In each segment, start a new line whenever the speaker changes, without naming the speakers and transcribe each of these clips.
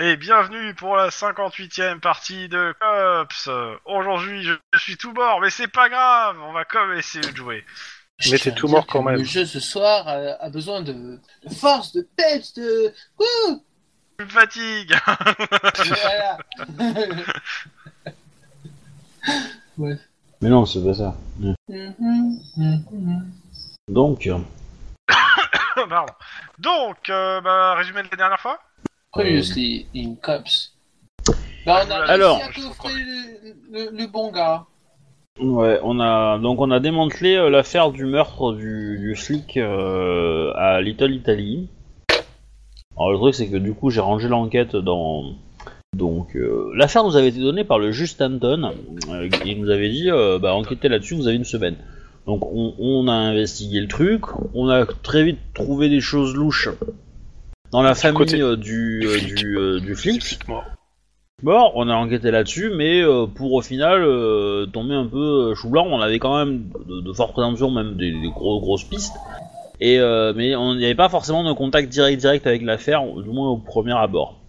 Et bienvenue pour la 58e partie de Cops. Aujourd'hui, je, je suis tout mort, mais c'est pas grave, on va quand même essayer de jouer.
Je
Mais
tiens
t'es
à
tout
dire
mort
que
quand même.
Le jeu ce soir euh, a, besoin de, de force, de peps, de. Wouh
Je me fatigue.
Voilà.
Mais non, c'est pas ça.
Mhm, mhm.
Donc, euh,
Pardon. Donc, euh, bah, résumé de la dernière fois
Previously in Cops. Bah, on a
Alors,
réussi
je
à
vous
coffrer le, le- le bon gars.
ouais, on a donc on a démantelé euh, l'affaire du meurtre du, du flic euh, à Little Italy. Alors le truc c'est que du coup j'ai rangé l'enquête dans donc euh, l'affaire nous avait été donnée par le juge Stanton euh, qui nous avait dit euh, bah enquêtez là-dessus vous avez une semaine. Donc on, on a investigué le truc, on a très vite trouvé des choses louches dans la famille
côté
euh, du,
du
euh,
flic.
du, euh, du flic.
mort.
Bon, on a enquêté là-dessus, mais euh, pour au final euh, tomber un peu euh, chou blanc, on avait quand même de, de fortes présomptions, même des, des gros, grosses pistes. Et euh, mais on n'y avait pas forcément de contact direct direct avec l'affaire, ou du moins au premier abord.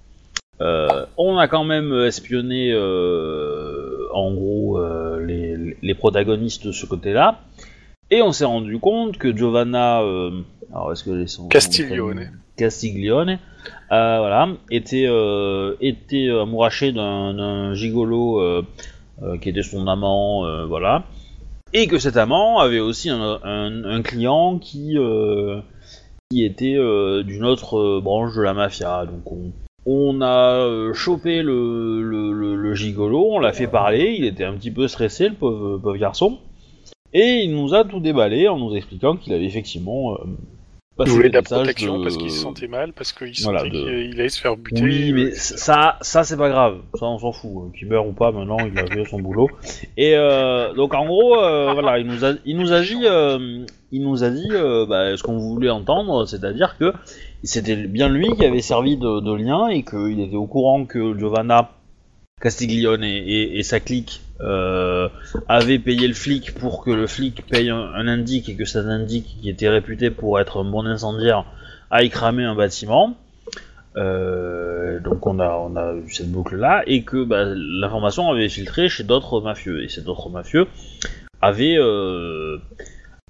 Euh, on a quand même espionné, euh, en gros, euh, les, les protagonistes de ce côté-là, et on s'est rendu compte que Giovanna, euh, alors est-ce que j'ai son- son
Castiglione.
prénom Castiglione, euh, voilà, était, euh, était euh, amouraché d'un d'un gigolo euh, euh, qui était son amant, euh, voilà. Et que cet amant avait aussi un, un- un client qui, euh, qui était euh, d'une autre euh, branche de la mafia. Donc on, on a euh, chopé le, le, le- le gigolo, on l'a fait parler, il était un petit peu stressé, le pauvre, euh, pauvre garçon. Et il nous a tout déballé en nous expliquant qu'il avait effectivement euh,
Il
passé
voulait
des
de la
messages
protection
de-
parce qu'il se sentait mal, parce qu'il
Voilà,
sentait
de-
qu'il allait se faire buter.
oui, mais
euh,
ça, ça c'est pas grave. Ça, on s'en fout. euh, Qu'il meurt ou pas, maintenant, il a fait son boulot. Et euh, donc, en gros, euh, voilà, il nous a, il nous a dit, euh, il nous a dit euh, bah, ce qu'on voulait entendre, c'est-à-dire que c'était bien lui qui avait servi de, de lien et qu'il était au courant que Giovanna Castiglione et, et- et sa clique euh, avaient payé le flic pour que le flic paye un, un indique et que cet indique, qui était réputé pour être un bon incendiaire, aille cramer un bâtiment. Euh, donc on a, on a eu cette boucle là et que bah, l'information avait filtré chez d'autres mafieux et ces autres mafieux avaient euh,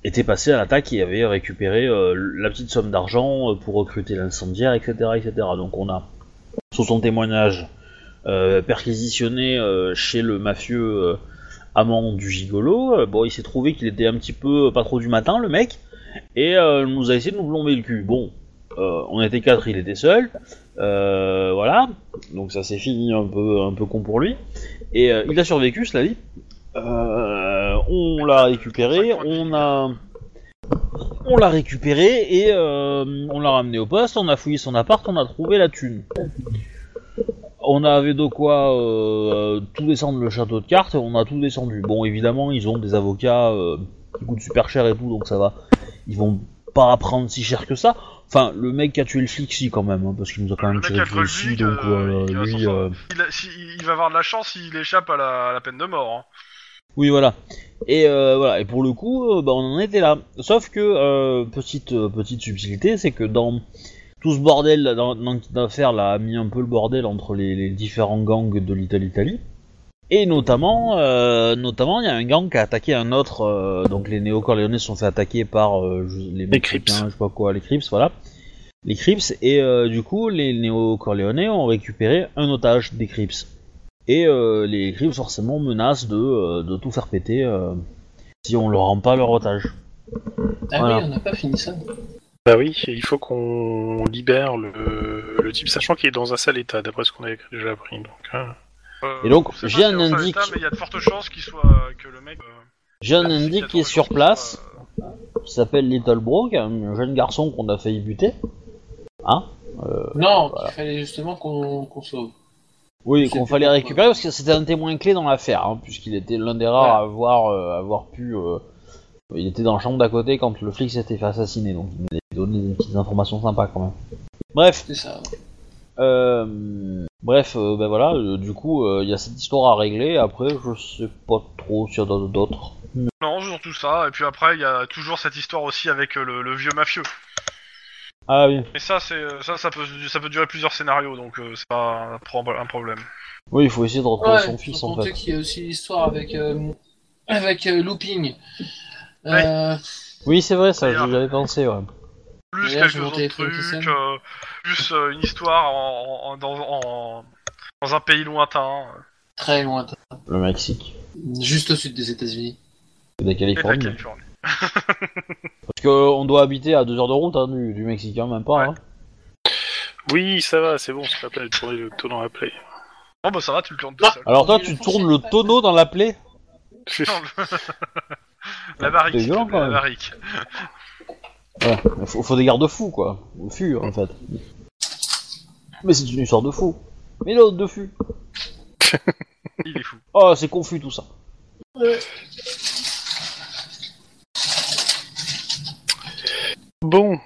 été passés à l'attaque et avaient récupéré euh, la petite somme d'argent euh, pour recruter l'incendiaire etc etc donc on a sous son témoignage euh, perquisitionné euh, chez le mafieux euh, amant du gigolo Euh, bon il s'est trouvé qu'il était un petit peu euh, pas trop du matin le mec et euh, nous a essayé de nous plomber le cul bon euh, on était quatre, il était seul. Euh, voilà, donc ça s'est fini un peu, un peu con pour lui. Et euh, il a survécu, cela dit. Euh, on l'a récupéré, on a, on l'a récupéré et euh, on l'a ramené au poste. On a fouillé son appart, on a trouvé la thune. On avait de quoi euh, tout descendre le château de cartes, on a tout descendu. Bon, évidemment, ils ont des avocats euh, qui coûtent super cher et tout, donc ça va. Ils vont pas apprendre si cher que ça. Enfin, le mec qui a tué le flic, si, quand même, hein, parce qu'il nous a quand même
Le mec
tiré
a
dessus,
crevé,
donc
euh,
euh,
il va s'en
lui.
sortir.
euh,
il, a- si- il va avoir de la chance s'il échappe à la, à la peine de mort. hein.
Oui, voilà. Et euh, voilà. Et pour le coup, euh, bah, on en était là. Sauf que euh, petite euh, petite subtilité, c'est que dans tout ce bordel là, dans, dans cette affaire là a mis un peu le bordel entre les, les différents gangs de l'Italie Italie. Et notamment, euh, notamment, il y a un gang qui a attaqué un autre. euh, donc les néo-corléonais se sont fait attaquer par euh, je- les, Mexicains,
Crips.
je sais pas quoi, les Crips, voilà. Les Crips. Et euh, du coup, les néo-corléonais ont récupéré un otage des Crips. Et euh, les Crips forcément menacent de, euh, de tout faire péter euh, si on leur rend pas leur otage.
Ah
Voilà. Euh,
oui, on n'a pas fini ça.
Bah oui, et il faut qu'on libère le, le type, sachant qu'il est dans un sale état, d'après ce qu'on avait déjà appris. Donc, hein.
Euh,
Et donc,
on sait pas
j'ai un
si on sait
indice.
ça, mais il y a de fortes chances qu'il soit que le mec. euh,
J'ai un
la
indique qui est
psychiatrie
sur
soit,
place.
euh,
qui s'appelle Little Bro, qui est un jeune garçon qu'on a failli buter. Hein Euh,
Non,
voilà.
il fallait justement qu'on qu'on sauve.
Oui,
C'est
qu'on
plus
fallait
pour-
récupérer parce que c'était un témoin clé dans l'affaire, hein, puisqu'il était l'un des rares à avoir, euh, avoir pu. euh, il était dans la chambre d'à côté quand le flic s'était fait assassiner, donc il nous avait donné des petites informations sympas quand même. Bref,
C'est ça.
euh, bref, euh, ben voilà, euh, du coup, euh, il y a cette histoire à régler. Après, je sais pas trop s'il y en a d'autres.
Non, toujours tout ça. Et puis après, il y a toujours cette histoire aussi avec euh, le, le vieux mafieux.
Ah oui.
Mais ça, c'est euh, ça, ça peut, ça peut durer plusieurs scénarios, donc euh, c'est pas un, pro- un problème.
Oui, il faut essayer de retrouver
Ouais,
son
faut
fils en
compter
fait.
qu'il y a aussi l'histoire avec, euh, avec euh, Looping. Euh,
Oui, c'est vrai, ça,
D'ailleurs.
j'y avais pensé, ouais.
Plus
D'ailleurs, je
quelques
vais monter
autres
les trucs qui
trucs,
sonnent.
euh, plus euh, une histoire en, en- dans, en- dans un pays lointain. hein,
très loin,
Le Mexique.
juste au sud des États-Unis.
Et de la
Et la
Californie.
Californie.
Parce qu'on doit habiter à deux heures de route hein, du, du Mexique, hein, même pas.
Ouais.
hein.
Oui, ça va, c'est bon, c'est la plaie, tourner le tonneau dans la plaie.
Bon, bah ça va, tu le tournes tout
Non.
seul.
Alors toi,
Ils
tu
font
tournes
ça,
le
pas-
tonneau dans la plaie
Non, le- la barrique.
C'est violent, quand
la
même.
barrique.
Ouais, mais faut, faut des garde-fous, quoi. Au fût, en fait. Mais c'est une histoire de fou. Mais l'autre de fût.
Il est fou.
Oh, c'est confus tout ça.
Bon,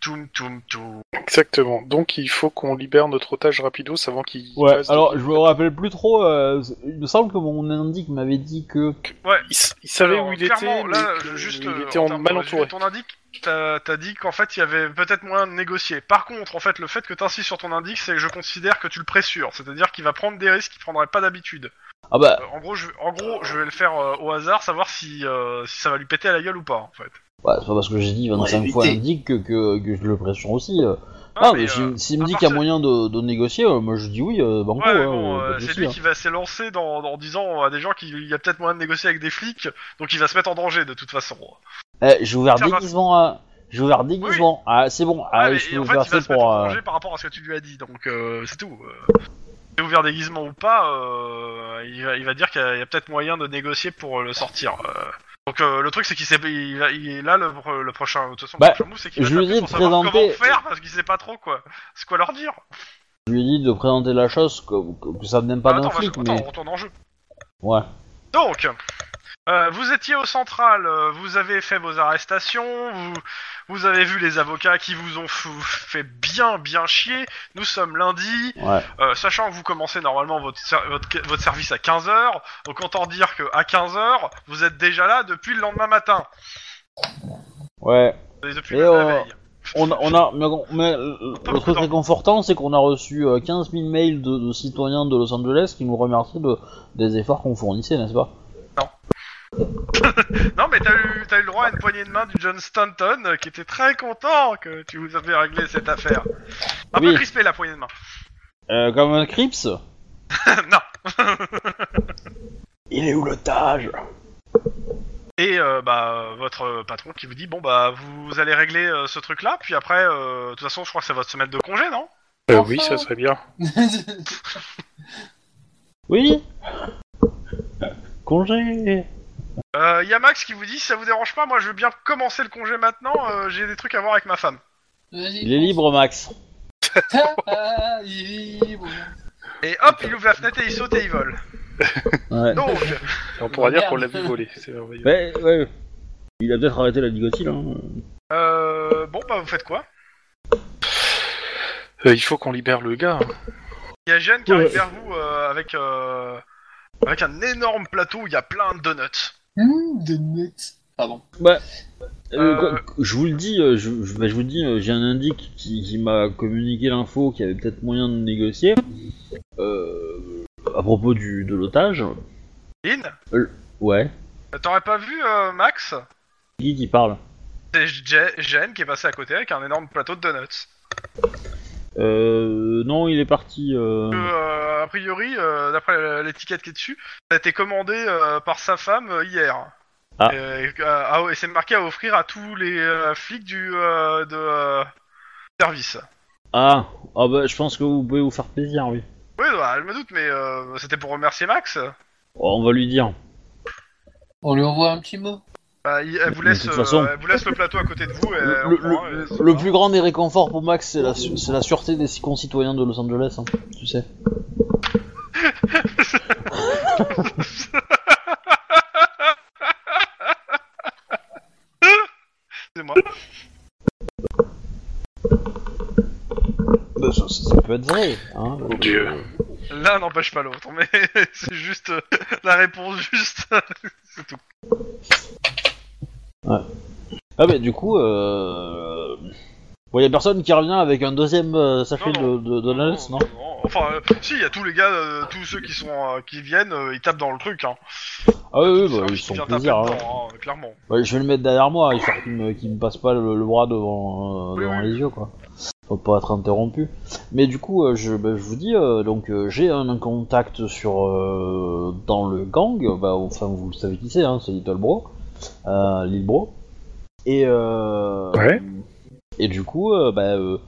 Toum, toum, toum, toum.
exactement. Donc il faut qu'on libère notre otage rapidos avant qu'il
Ouais,
passe de-
alors je me rappelle plus trop. euh, c'est- il me semble que mon indique m'avait dit que.
Il, s- il savait
Alors,
où il était,
clairement, là,
mais que-
juste,
il
euh,
était
en
en
termes de
mal
résumé
entouré.
de Ton indique, t'as t'as dit qu'en fait, il y avait peut-être moyen de négocier. Par contre, en fait, le fait que t'insistes sur ton indique, c'est que je considère que tu le pressures. C'est-à-dire qu'il va prendre des risques qu'il prendrait pas d'habitude.
Ah bah,
Euh, en, gros, je, en gros, je vais le faire euh, au hasard, savoir si, euh, si ça va lui péter à la gueule ou pas, en fait.
ouais, c'est pas parce que j'ai dit 25
éviter.
fois indique que, que, que je le pression aussi. euh.
Ah,
Ah, mais,
mais,
si-
euh,
s'il
à
me dit
part
qu'il y a
ça-
moyen de, de négocier, euh, moi je dis oui, euh, banco.
Ouais, mais
hein,
bon,
euh,
euh,
pas de
c'est
souci,
lui
hein.
qui va s'élancer dans, dans- en disant à des gens qu'il y a peut-être moyen de négocier avec des flics, donc il va se mettre en danger de toute façon.
Eh, j'ai ouvert
Ça va.
déguisement hein. à. J'ai ouvert déguisement. Ah, c'est bon.
Ouais,
Ah,
bah, mais
je peux
en
vous
fait, il va
faire
se
ça
mettre
pour.
en
euh,
danger par rapport à ce que tu lui as dit, donc euh, c'est tout. Euh, T'es ouvert déguisement ou pas, euh, il, va, il va dire qu'il y a, il y a peut-être moyen de négocier pour euh, le sortir. euh. Donc euh, le truc, c'est qu'il sait, il, va- il est là le, pro- le prochain. De toute façon, le
Bah,
prochain move, c'est qu'il va
je lui
t'appeler
dis
pour
de
savoir
présenter-
comment faire parce qu'il sait pas trop quoi. C'est quoi leur dire
Je lui ai dit de présenter la chose que, que- que ça ne vienne pas
Ah,
d'un
Attends,
flic,
on va-
mais.
attends, on retourne en jeu.
Ouais.
Donc, euh, vous étiez au central, euh, vous avez fait vos arrestations, vous, vous avez vu les avocats qui vous ont fou- fait bien, bien chier. Nous sommes lundi,
Ouais.
euh, sachant que vous commencez normalement votre, ser- votre, votre service à 15h, donc autant dire que à 15h, vous êtes déjà là depuis le lendemain matin,
Ouais.
et depuis
Et
le- la
on-
veille.
Eh oh. On, a- on a, mais, on- mais, euh,
Pas
le
beaucoup
truc
d'en-
réconfortant, c'est qu'on a reçu euh, 15 000 mails de, de citoyens de Los Angeles qui nous remercient de, des efforts qu'on fournissait, n'est-ce pas
Non, mais t'as eu, t'as eu le droit à une poignée de main du John Stanton euh, qui était très content que tu vous avais réglé cette affaire. Un
Oui.
peu crispé la poignée de main.
euh, Comme un Crips
non.
Il est où l'otage
Et euh, bah euh, votre euh, patron qui vous dit bon bah vous allez régler euh, ce truc là puis après euh, de toute façon je crois que c'est votre semaine de congé non
Euh, oui, ça serait bien.
Oui Congé
euh, y a Max qui vous dit si ça vous dérange pas moi je veux bien commencer le congé maintenant euh, j'ai des trucs à voir avec ma femme
Il est libre, Max.
Ah, il est libre.
et hop il ouvre la fenêtre et il saute et il vole
Ouais.
donc
Et on pourra dire
Merde.
qu'on l'a vu voler. C'est merveilleux.
Ouais, ouais. Il a peut-être arrêté la ligotine. Hein.
euh, bon bah vous faites quoi
Euh, il faut qu'on libère le gars. hein.
il y a Jeanne qui
Ouais.
arrive vers vous euh, avec euh, avec un énorme plateau où il y a plein de donuts
Mmh, de net. Pardon.
Euh,
Euh,
quoi- Je vous le dis, euh, je, je- bah, je vous le dis, euh, j'ai un indique qui, qui m'a communiqué l'info qu'il y avait peut-être moyen de négocier euh, à propos du, de l'otage.
In
Ouais.
t'aurais pas vu euh, Max
Qui qui parle
c'est Je- Jeanne qui est passée à côté avec un énorme plateau de donuts
euh, Non, il est parti. euh,
que, euh, a priori, euh, d'après l'étiquette qui est dessus, ça a été commandé euh, par sa femme euh, hier.
Ah.
Euh, Et, euh, ah ouais, c'est marqué à offrir à tous les euh, flics du euh, de, euh, service.
Ah, ah bah, je pense que vous pouvez vous faire plaisir, oui.
Oui, bah, je me doute, mais euh, c'était pour remercier Max.
Oh, on va lui dire.
On lui envoie un petit mot.
Bah, il- elle, vous
De
laisse,
toute
euh,
façon.
elle vous laisse le plateau à côté de vous. Et
Le,
on
le-
prend,
le-
et c'est
le
ça.
plus grand des réconforts pour Max, c'est la, su- c'est la sûreté des six concitoyens de Los Angeles, hein, tu sais.
Excusez-moi.
Bah, ça, ça- ça peut être vrai. Hein.
Mon Dieu.
L'un n'empêche pas l'autre, mais c'est juste euh, la réponse juste.
Ah bah du coup, euh... Bon, il y a personne qui revient avec un deuxième euh, sachet
Non, non.
de, de, de Donuts, non
Enfin, euh, si, il y a tous les gars, euh, tous ceux qui sont euh, qui viennent, euh, ils tapent dans le truc. Hein.
Ah oui, oui, bah,
C'est un
ils
qui
sont
vient taper
plaisir. hein.
dedans, hein, clairement.
Ouais, je vais le mettre derrière moi, histoire qu'il me, qu'il me passe pas le, le bras devant, euh,
Oui,
devant
oui.
les yeux, quoi. Faut pas être interrompu. Mais du coup, euh, je, bah, je vous dis, euh, donc euh, j'ai un, un contact sur euh, dans le gang, bah, enfin vous le savez qui c'est, hein, c'est Little Bro, euh, Lil Bro. Et euh,
Ouais.
et du coup, euh, bah, euh,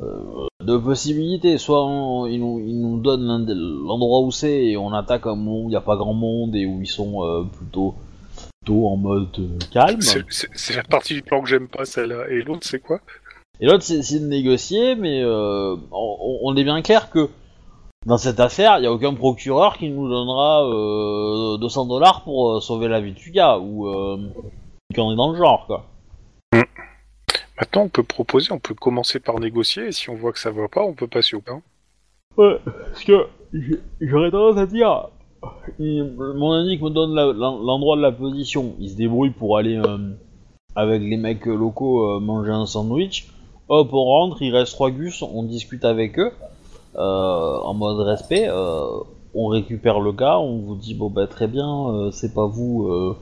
euh, deux possibilités. Soit on- ils, nous, ils nous donnent l'end- l'endroit où c'est et on attaque un moment où il n'y a pas grand monde et où ils sont euh, plutôt, plutôt en mode euh, calme.
C'est- C'est c'est la partie du plan que j'aime pas, celle-là. Et l'autre, c'est quoi
Et l'autre, c'est c'est de négocier, mais euh, on, on est bien clair que dans cette affaire, il n'y a aucun procureur qui nous donnera euh, 200 dollars pour euh, sauver la vie du gars ou euh, qu'on est dans le genre, quoi.
Maintenant, on peut proposer, on peut commencer par négocier, et si on voit que ça va pas, on peut passer au pain.
Ouais, parce que j- j'aurais tendance à dire, il- mon ami qui me donne la- l'en- l'endroit de la position, il se débrouille pour aller euh, avec les mecs locaux euh, manger un sandwich. Hop, on rentre, il reste trois gus, on discute avec eux euh, en mode respect. euh, on récupère le gars, on vous dit bon bah très bien, euh, c'est pas vous. euh,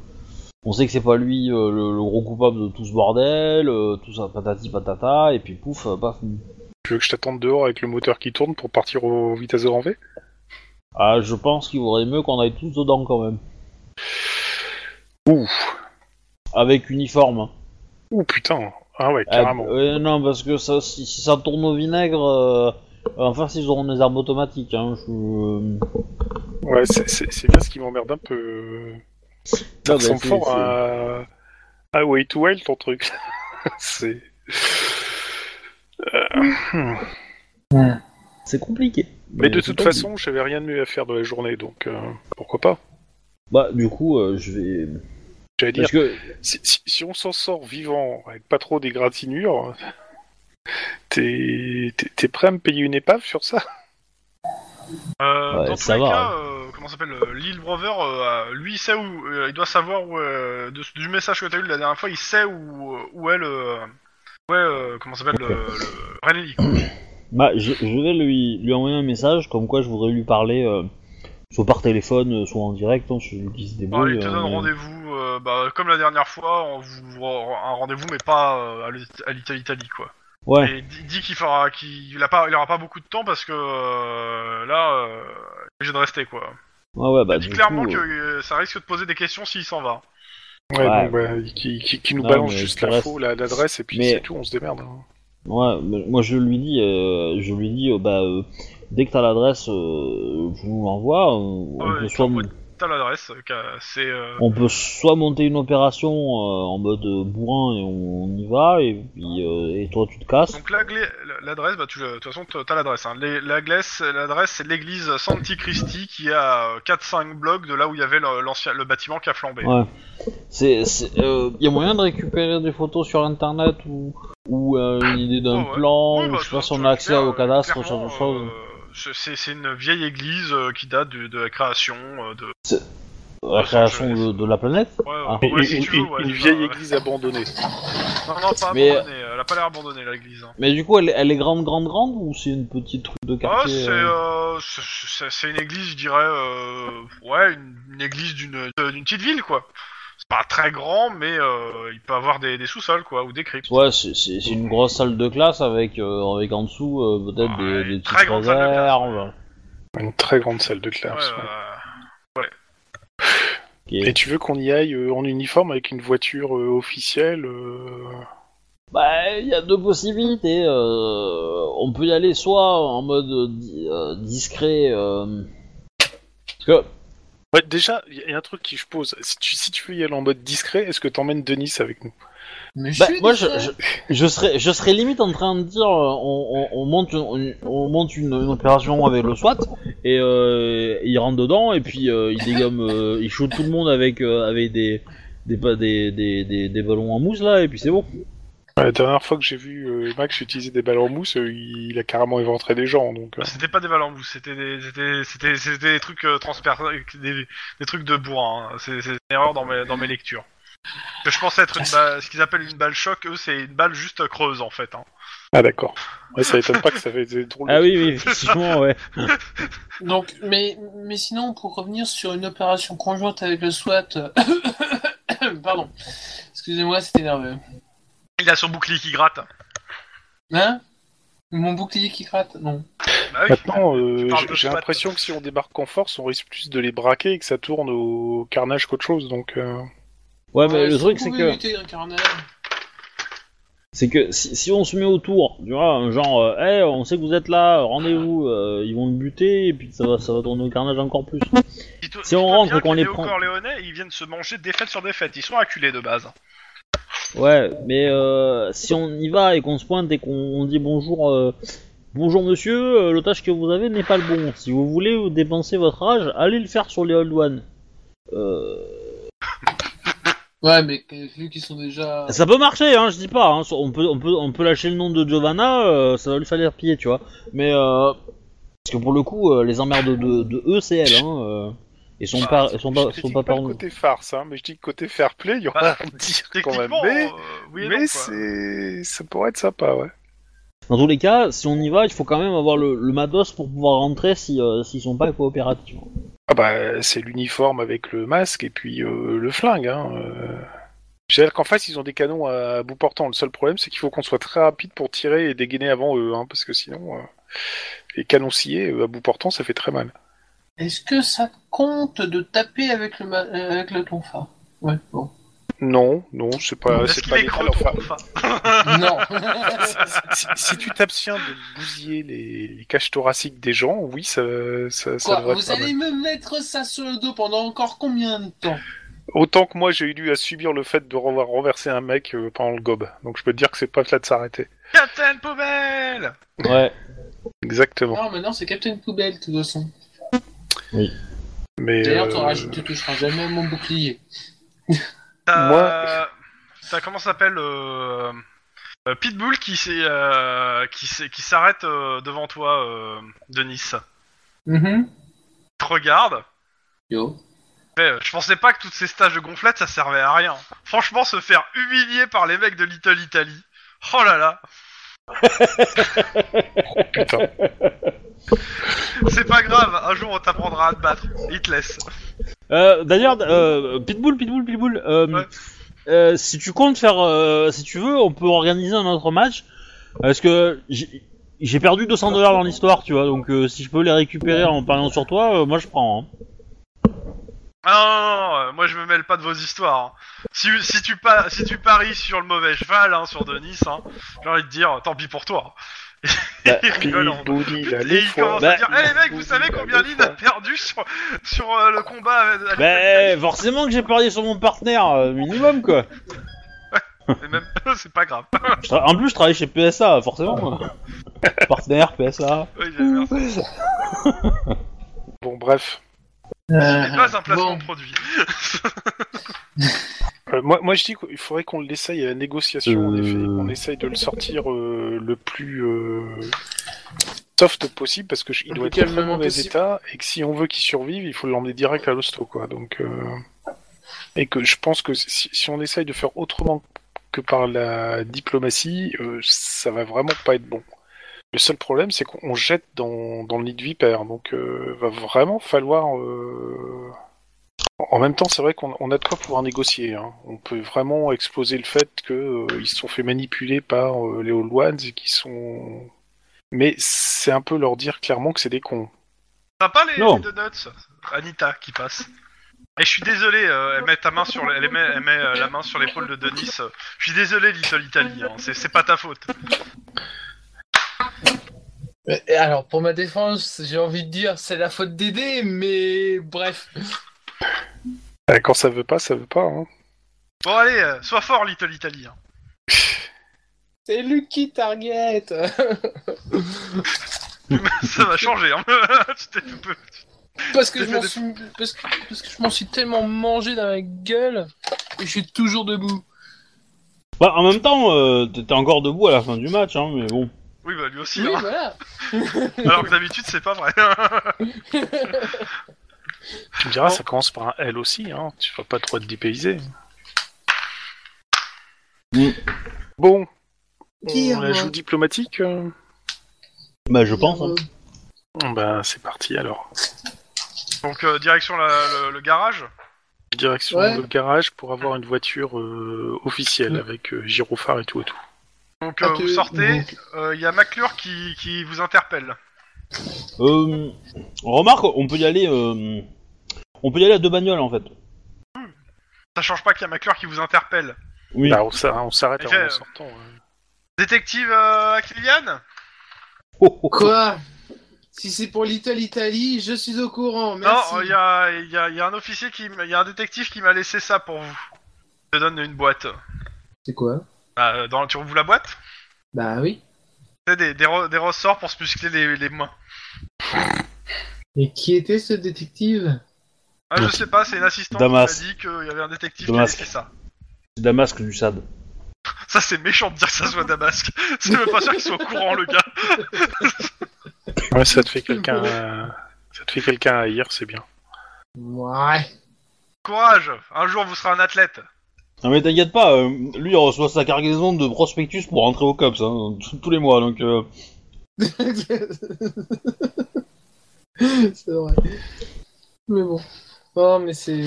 on sait que c'est pas lui euh, le, le gros coupable de tout ce bordel, euh, tout ça patati patata, et puis pouf, euh, paf,
Tu veux que je t'attende dehors avec le moteur qui tourne pour partir au vitesse de renvée
Ah, je pense qu'il vaudrait mieux qu'on aille tous dedans quand même.
Ouh.
Avec uniforme.
Ouh putain Ah ouais,
Ah,
carrément.
euh, non, parce que ça, si, si ça tourne au vinaigre, euh, en face ils auront des armes automatiques. Hein, je... euh,
Ouais, c'est- c'est c'est bien ce qui m'emmerde un peu. Ça
bah,
ressemble
c'est-
fort
c'est-
à... à Way to Hell, ton truc. c'est...
C'est compliqué. Euh,
Mais de
c'est
toute
pas
façon, j'avais rien de mieux à faire de la journée, donc euh, pourquoi pas
dit. Bah, du coup, euh, je vais.
J'allais dire,
Parce que.
si, si- si on s'en sort vivant, avec pas trop d'égratignures, t'es t'es- t'es prêt à me payer une épave sur ça
Euh,
Ouais,
dans tous
ça
les
va,
cas,
hein.
euh, comment ça s'appelle euh, Lil Brother, euh, euh, lui, il sait où, euh, il doit savoir où, euh, de- du message que t'as eu la dernière fois, il sait où, euh, où est le, où est, euh, comment ça s'appelle le, le Renelli, quoi.
Bah, je, je vais lui, lui envoyer un message comme quoi je voudrais lui parler, euh, soit par téléphone, euh, soit en direct, hein, je lui dis se
Bon,
débrouille.
il te donne
euh,
rendez-vous, euh, bah, comme la dernière fois, on vous un rendez-vous, mais pas euh, à l'It- à l'Italie, Italie, quoi.
Ouais.
Et il dit qu'il fera, qu'il a pas, il aura pas beaucoup de temps parce que euh, là, euh, il est obligé de rester, quoi.
Ouais, ouais, bah.
il dit
du
clairement
coup,
que
euh,
euh, ça risque de poser des questions s'il s'en va.
Ouais,
Ouais.
donc, bah, qui, qui- qui nous
Non,
balance
mais
juste
le reste-
l'info, la- l'adresse, et puis
Mais-
c'est tout, on se démerde. hein.
Ouais, mais moi je lui dis, euh, je lui dis, euh, bah, euh, dès que t'as l'adresse, euh, tu nous l'envoies. euh, on,
Ouais,
peut
il
soit,
t'envoie- T'as l'adresse, euh, qu'a- c'est. euh,
on peut soit monter une opération euh, en mode euh, bourrin et on, on y va, et puis euh, et toi tu te casses.
Donc la gla- l'adresse, bah, tu, le- de toute façon, t'as l'adresse. Hein. Les- la glace- L'adresse, c'est l'église Santi Christi qui est à euh, 4-5 blocs de là où il y avait le, l'ancien- le bâtiment qui a flambé.
Ouais. C'est, c'est, euh, y a moyen de récupérer des photos sur internet ou ou euh, une idée d'un
Oh, ouais.
plan,
Oui,
ou
bah,
je sais pas
tu-
si on
tu
a accès
récupères,
au
euh,
cadastre, ce genre
clairement,
de choses.
euh, c'est- c'est- C'est une vieille église euh, qui date de, de la création euh, de. euh,
La création de, de la planète.
Ouais,
Ah.
ouais,
Une-
ouais, si
une
tu veux,
une-
ouais,
une
ça,
vieille
ouais.
église abandonnée.
Non, non, pas
Mais-
abandonnée. Elle a pas l'air abandonnée, l'église. hein.
Mais du coup, elle, est- elle est grande, grande, grande, ou c'est une petite truc de
Ah,
quartier.
c'est
euh
euh, c'est- c'est- c'est une église, je dirais. euh, ouais, une, une église d'une d'une petite ville, quoi. C'est pas très grand, mais euh, il peut avoir des, des sous-sols, quoi, ou des cryptes.
Ouais, c'est- c'est c'est une grosse salle de classe avec, euh, avec en dessous euh, peut-être
Ouais,
des, des
très
petites
grande salle de classe.
réserves.
Une très grande salle de
Ouais,
classe. ouais.
euh,
Ok.
Et tu veux qu'on y aille euh, en uniforme avec une voiture euh, officielle euh,
Bah, il y a deux possibilités. euh, on peut y aller soit en mode euh, di- euh, discret. euh, parce que,
Ouais, déjà, il y a un truc qui je pose. Si tu, si tu veux y aller en mode discret, est-ce que t'emmènes Denis avec nous
Mais je
bah,
suis
moi, je,
déjà-
je, je serais, je serais limite en train de dire euh, on, on- on monte, une, on monte une, une opération avec le SWAT et euh, il rentre dedans et puis euh, il dégomme, euh, il shoot tout le monde avec, euh, avec des, des, pa- des, des, des, des ballons en mousse là et puis c'est bon.
Ouais, La dernière fois que j'ai vu euh, Max utiliser des balles en mousse, euh, il, il a carrément éventré des gens. Donc, euh.
Bah, C'était pas des balles en mousse, c'était des, c'était, c'était, c'était des trucs euh, transper- des, des trucs de bourrin. hein. C'est, c'est une erreur dans mes, dans mes lectures. Que je pensais être une balle, ce qu'ils appellent une balle choc, eux c'est une balle juste creuse en fait. Hein.
Ah d'accord. Ouais, ça étonne pas que ça fait des drôles.
Ah
de-
oui, oui, effectivement, ouais.
Donc, mais, mais sinon, pour revenir sur une opération conjointe avec le SWAT. euh, Pardon. Excusez-moi, c'était nerveux.
Il a son bouclier qui gratte.
Hein Mon bouclier qui gratte Non.
Bah oui.
Maintenant, euh,
parles
j'ai-
de
j'ai
SWAT.
l'impression que si on débarque en force, on risque plus de les braquer et que ça tourne au carnage qu'autre chose. Donc, euh,
Ouais, Ah,
Ah,
mais le
si
truc
vous
c'est
pouvez
que.
lutter, un carnage.
C'est que si, si on se met autour, tu vois, un genre, euh, hey, on sait que vous êtes là, rendez-vous, euh, ils vont le buter, et puis ça va, ça va tourner au carnage encore plus.
Dis-toi-
Si on
dis-toi
rentre
bien
et qu'on
que
les
Léo
prend-
Corleone, ils viennent se manger défaite sur défaite. Ils sont acculés de base.
Ouais, mais euh, si on y va et qu'on se pointe et qu'on on dit bonjour, euh, bonjour monsieur, euh, l'otage que vous avez n'est pas le bon. Si vous voulez vous dépenser votre âge, allez le faire sur les Old One. Euh,
Ouais, mais euh, vu qu'ils sont déjà.
ça peut marcher, hein, je dis pas. hein, on peut, on peut, on peut lâcher le nom de Giovanna, euh, ça va lui faire piller, tu vois. Mais euh, parce que pour le coup, euh, les emmerdes de, de, de eux, c'est elle, hein. euh, et sont pas, ils sont pas, sont
je critique
pas
Bah, pas
par
le
nous.
côté farce, hein, mais je dis que côté fair play, il y aura à dire quand même.
Techniquement,
Mais,
euh, oui et
Bah, mais
non, quoi.
c'est, ça pourrait être sympa, ouais.
Dans tous les cas, si on y va, il faut quand même avoir le, le matos pour pouvoir rentrer si, euh, s'ils sont pas coopératifs.
Ah bah, c'est l'uniforme avec le masque et puis euh, le flingue. Hein, euh. C'est-à-dire qu'en face, ils ont des canons à bout portant. Le seul problème, c'est qu'il faut qu'on soit très rapide pour tirer et dégainer avant eux, hein, parce que sinon, euh, les canons sciés euh, à bout portant, ça fait très mal.
Est-ce que ça compte de taper avec le, ma- euh, avec le tonfa Ouais, bon.
Non, non, c'est pas.
Parce
euh, c'est
qu'il
pas
est
légal.
creux, ton
Enfin,
copain.
non.
si, si tu t'abstiens de bousiller les, les caches thoraciques des gens, oui, ça, ça, ça
Quoi,
devrait être
vous
pas mal.
allez me mettre ça sur le dos pendant encore combien de temps
Autant que moi, j'ai eu à subir le fait de revoir renverser un mec euh, pendant le gobe. Donc je peux te dire que c'est pas là de s'arrêter.
Captain Poubelle
Ouais.
Exactement.
Ah, Non, maintenant c'est Captain Poubelle, de toute façon.
Mais
D'ailleurs,
euh,
t'en rajoutes, tu toucheras jamais à mon bouclier.
T'as...
Moi-
t'as comment ça s'appelle euh, euh, Pitbull qui, s'est, euh, qui, s'est- qui s'arrête euh, devant toi, euh, Denis.
Mhm.
Il te regarde.
Yo.
Mais, euh, je pensais pas que toutes ces stages de gonflette ça servait à rien. Franchement, se faire humilier par les mecs de Little Italy. Oh là là
putain.
C'est pas grave, un jour on t'apprendra à te battre. Il te laisse.
Euh, D'ailleurs, euh, Pitbull, Pitbull, Pitbull. euh,
Ouais.
euh, si tu comptes faire, euh, si tu veux, on peut organiser un autre match. Parce que j'ai j'ai perdu 200 dollars dans l'histoire, tu vois. Donc euh, si je peux les récupérer en pariant sur toi, euh, moi je prends. hein.
Ah non, non, non, euh, moi je me mêle pas de vos histoires. hein. Si, si, tu pa- si tu paries sur le mauvais cheval, hein, sur Denis, hein, j'ai envie de dire, tant pis pour toi.
Bah,
il rigole en-
Pitbull, il a
Et
les
il
fois.
commence
Bah,
à dire, Eh les mecs, vous savez
il a
combien
les
Lynn a
fois.
perdu sur, sur euh, le combat avec- avec
Bah forcément que j'ai parié sur mon partenaire euh, minimum quoi.
Bah,
Mais même, c'est pas grave.
Je tra- en plus, je travaille chez PSA, forcément. partenaire PSA.
Oui, j'ai- merci.
Bon, bref.
Ah,
Ce n'est pas un placement de produit.
Euh, moi, moi, je dis qu'il faudrait qu'on l'essaye à la négociation, en
Euh.
effet. Qu'on essaye de le sortir euh, le plus euh, soft possible, parce qu'il
Le
doit
plus
être en très
calmement
mauvais
possible.
état, et que si on veut qu'il survive, il faut l'emmener direct à l'hosto, quoi. Donc, euh, Et que je pense que si, si on essaye de faire autrement que par la diplomatie, euh, ça va vraiment pas être bon. Le seul problème, c'est qu'on jette dans, dans le nid de vipère, donc euh, va vraiment falloir... euh, En même temps, c'est vrai qu'on on a de quoi pouvoir négocier. hein. On peut vraiment exposer le fait qu'ils se sont fait manipuler par euh, les Old Ones et qu'ils sont. Mais c'est un peu leur dire clairement que c'est des cons.
T'as pas les,
Non.
les donuts Anita qui passe. Et je suis désolé, euh, elle met, ta main sur, le- elle met, elle met, euh, la main sur l'épaule de Denis. euh, Je suis désolé, Little Italy, hein, c'est, c'est pas ta faute.
Mais, euh, et Alors, pour ma défense, j'ai envie de dire c'est la faute d'aider, mais bref.
Euh, Quand ça veut pas, ça veut pas. hein.
Bon, allez, euh, sois fort, Little Italy. hein.
C'est Lucky Target
Ça va changer. Hein. Tu t'es fait peu-
Parce que,
T'es
je
fait
m'en
de-
suis... Parce, que... parce que je m'en suis tellement mangé dans la gueule, et je suis toujours debout.
Bah, en même temps, euh, t'étais encore debout à la fin du match, hein, mais bon.
oui, bah lui aussi.
Ah.
Oui, bah,
hein.
voilà
Alors que d'habitude, c'est pas vrai.
Tu me diras, ça commence par un L aussi. Hein. Tu vas pas trop te dépayser. Bon,
Dire,
on la
moi.
joue diplomatique euh
Bah, je pense.
Euh,
hein.
Bah, c'est parti alors.
Donc euh, direction la- le, le garage.
Direction
Ouais.
le garage pour avoir une voiture euh, officielle
Mm.
avec euh, gyrophare et tout et tout.
Donc euh,
Ah,
vous
tu-
sortez,
donc-
euh, il y a McClure qui, qui vous interpelle.
Euh, remarque, on peut y aller. euh, on peut y aller à deux bagnoles en fait.
Ça change pas qu'il y a McClure qui vous interpelle.
Oui.
Bah, on s'a- on s'arrête
Ok.
avant en sortant. hein. ouais.
Détective euh, Aquilian
Oh, oh, oh.
Quoi Si c'est pour Little Italy, je suis au courant. Merci.
Non, euh, il y, a, il y a- il y a un officier qui, m- il y a un détective qui m'a laissé ça pour vous. Je te donne une boîte.
C'est quoi
Ah, dans, tu ouvres la boîte
Bah oui.
C'est des, des, re- des ressorts pour se muscler les, les mains.
Et qui était ce détective
Ah, je sais pas, c'est une assistante
Damas.
qui m'a dit qu'il y avait un détective
Damasque.
qui a laissé ça.
C'est Damasque du SAD.
Ça, c'est méchant de dire que ça soit Damasque. C'est même pas sûr qu'ils soient au courant, le gars.
Ouais, ça te fait quelqu'un. euh, Ça te fait quelqu'un à haïr, c'est bien.
Ouais.
Courage, un jour vous serez un athlète.
Non mais t'inquiète pas, euh, lui il reçoit sa cargaison de prospectus pour rentrer au COPS hein, tous- tous les mois donc. euh,
c'est vrai. Mais bon. Oh, mais c'est.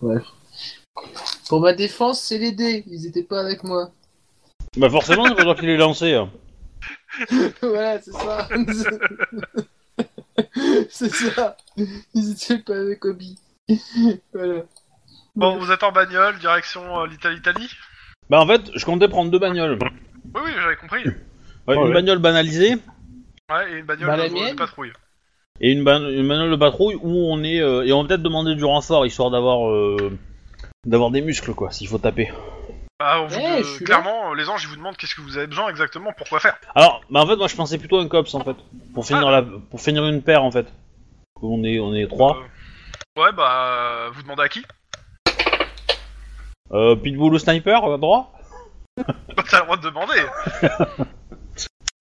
Bref. Pour ma défense, c'est les dés. Ils étaient pas avec moi.
Bah forcément, il va falloir qu'il est lancé. hein.
voilà, c'est ça. c'est ça. Ils étaient pas avec Obi. voilà.
Bon, vous êtes en bagnole, direction euh, l'Italie.
Bah en fait, je comptais prendre deux bagnoles.
Oui, oui, j'avais compris.
Ouais,
Ouais,
une
ouais.
bagnole banalisée
Ouais, et une bagnole
Bah, la
de- de,
mienne.
patrouille.
et une, ban- une bagnole de patrouille où on est euh, et on va peut-être demander du renfort histoire d'avoir euh, d'avoir des muscles quoi s'il faut taper.
Bah, on vous-
Ouais,
euh,
Eh, je suis là.
clairement, euh, les anges, ils vous demandent qu'est-ce que vous avez besoin exactement, pourquoi faire.
Alors, bah en fait, moi je pensais plutôt à un COPS en fait pour finir la pour finir une paire en fait. On est on est trois.
Euh, ouais, bah, euh, vous demandez à qui
Euh, pitbull ou sniper à droit
Bah, t'as le droit de demander.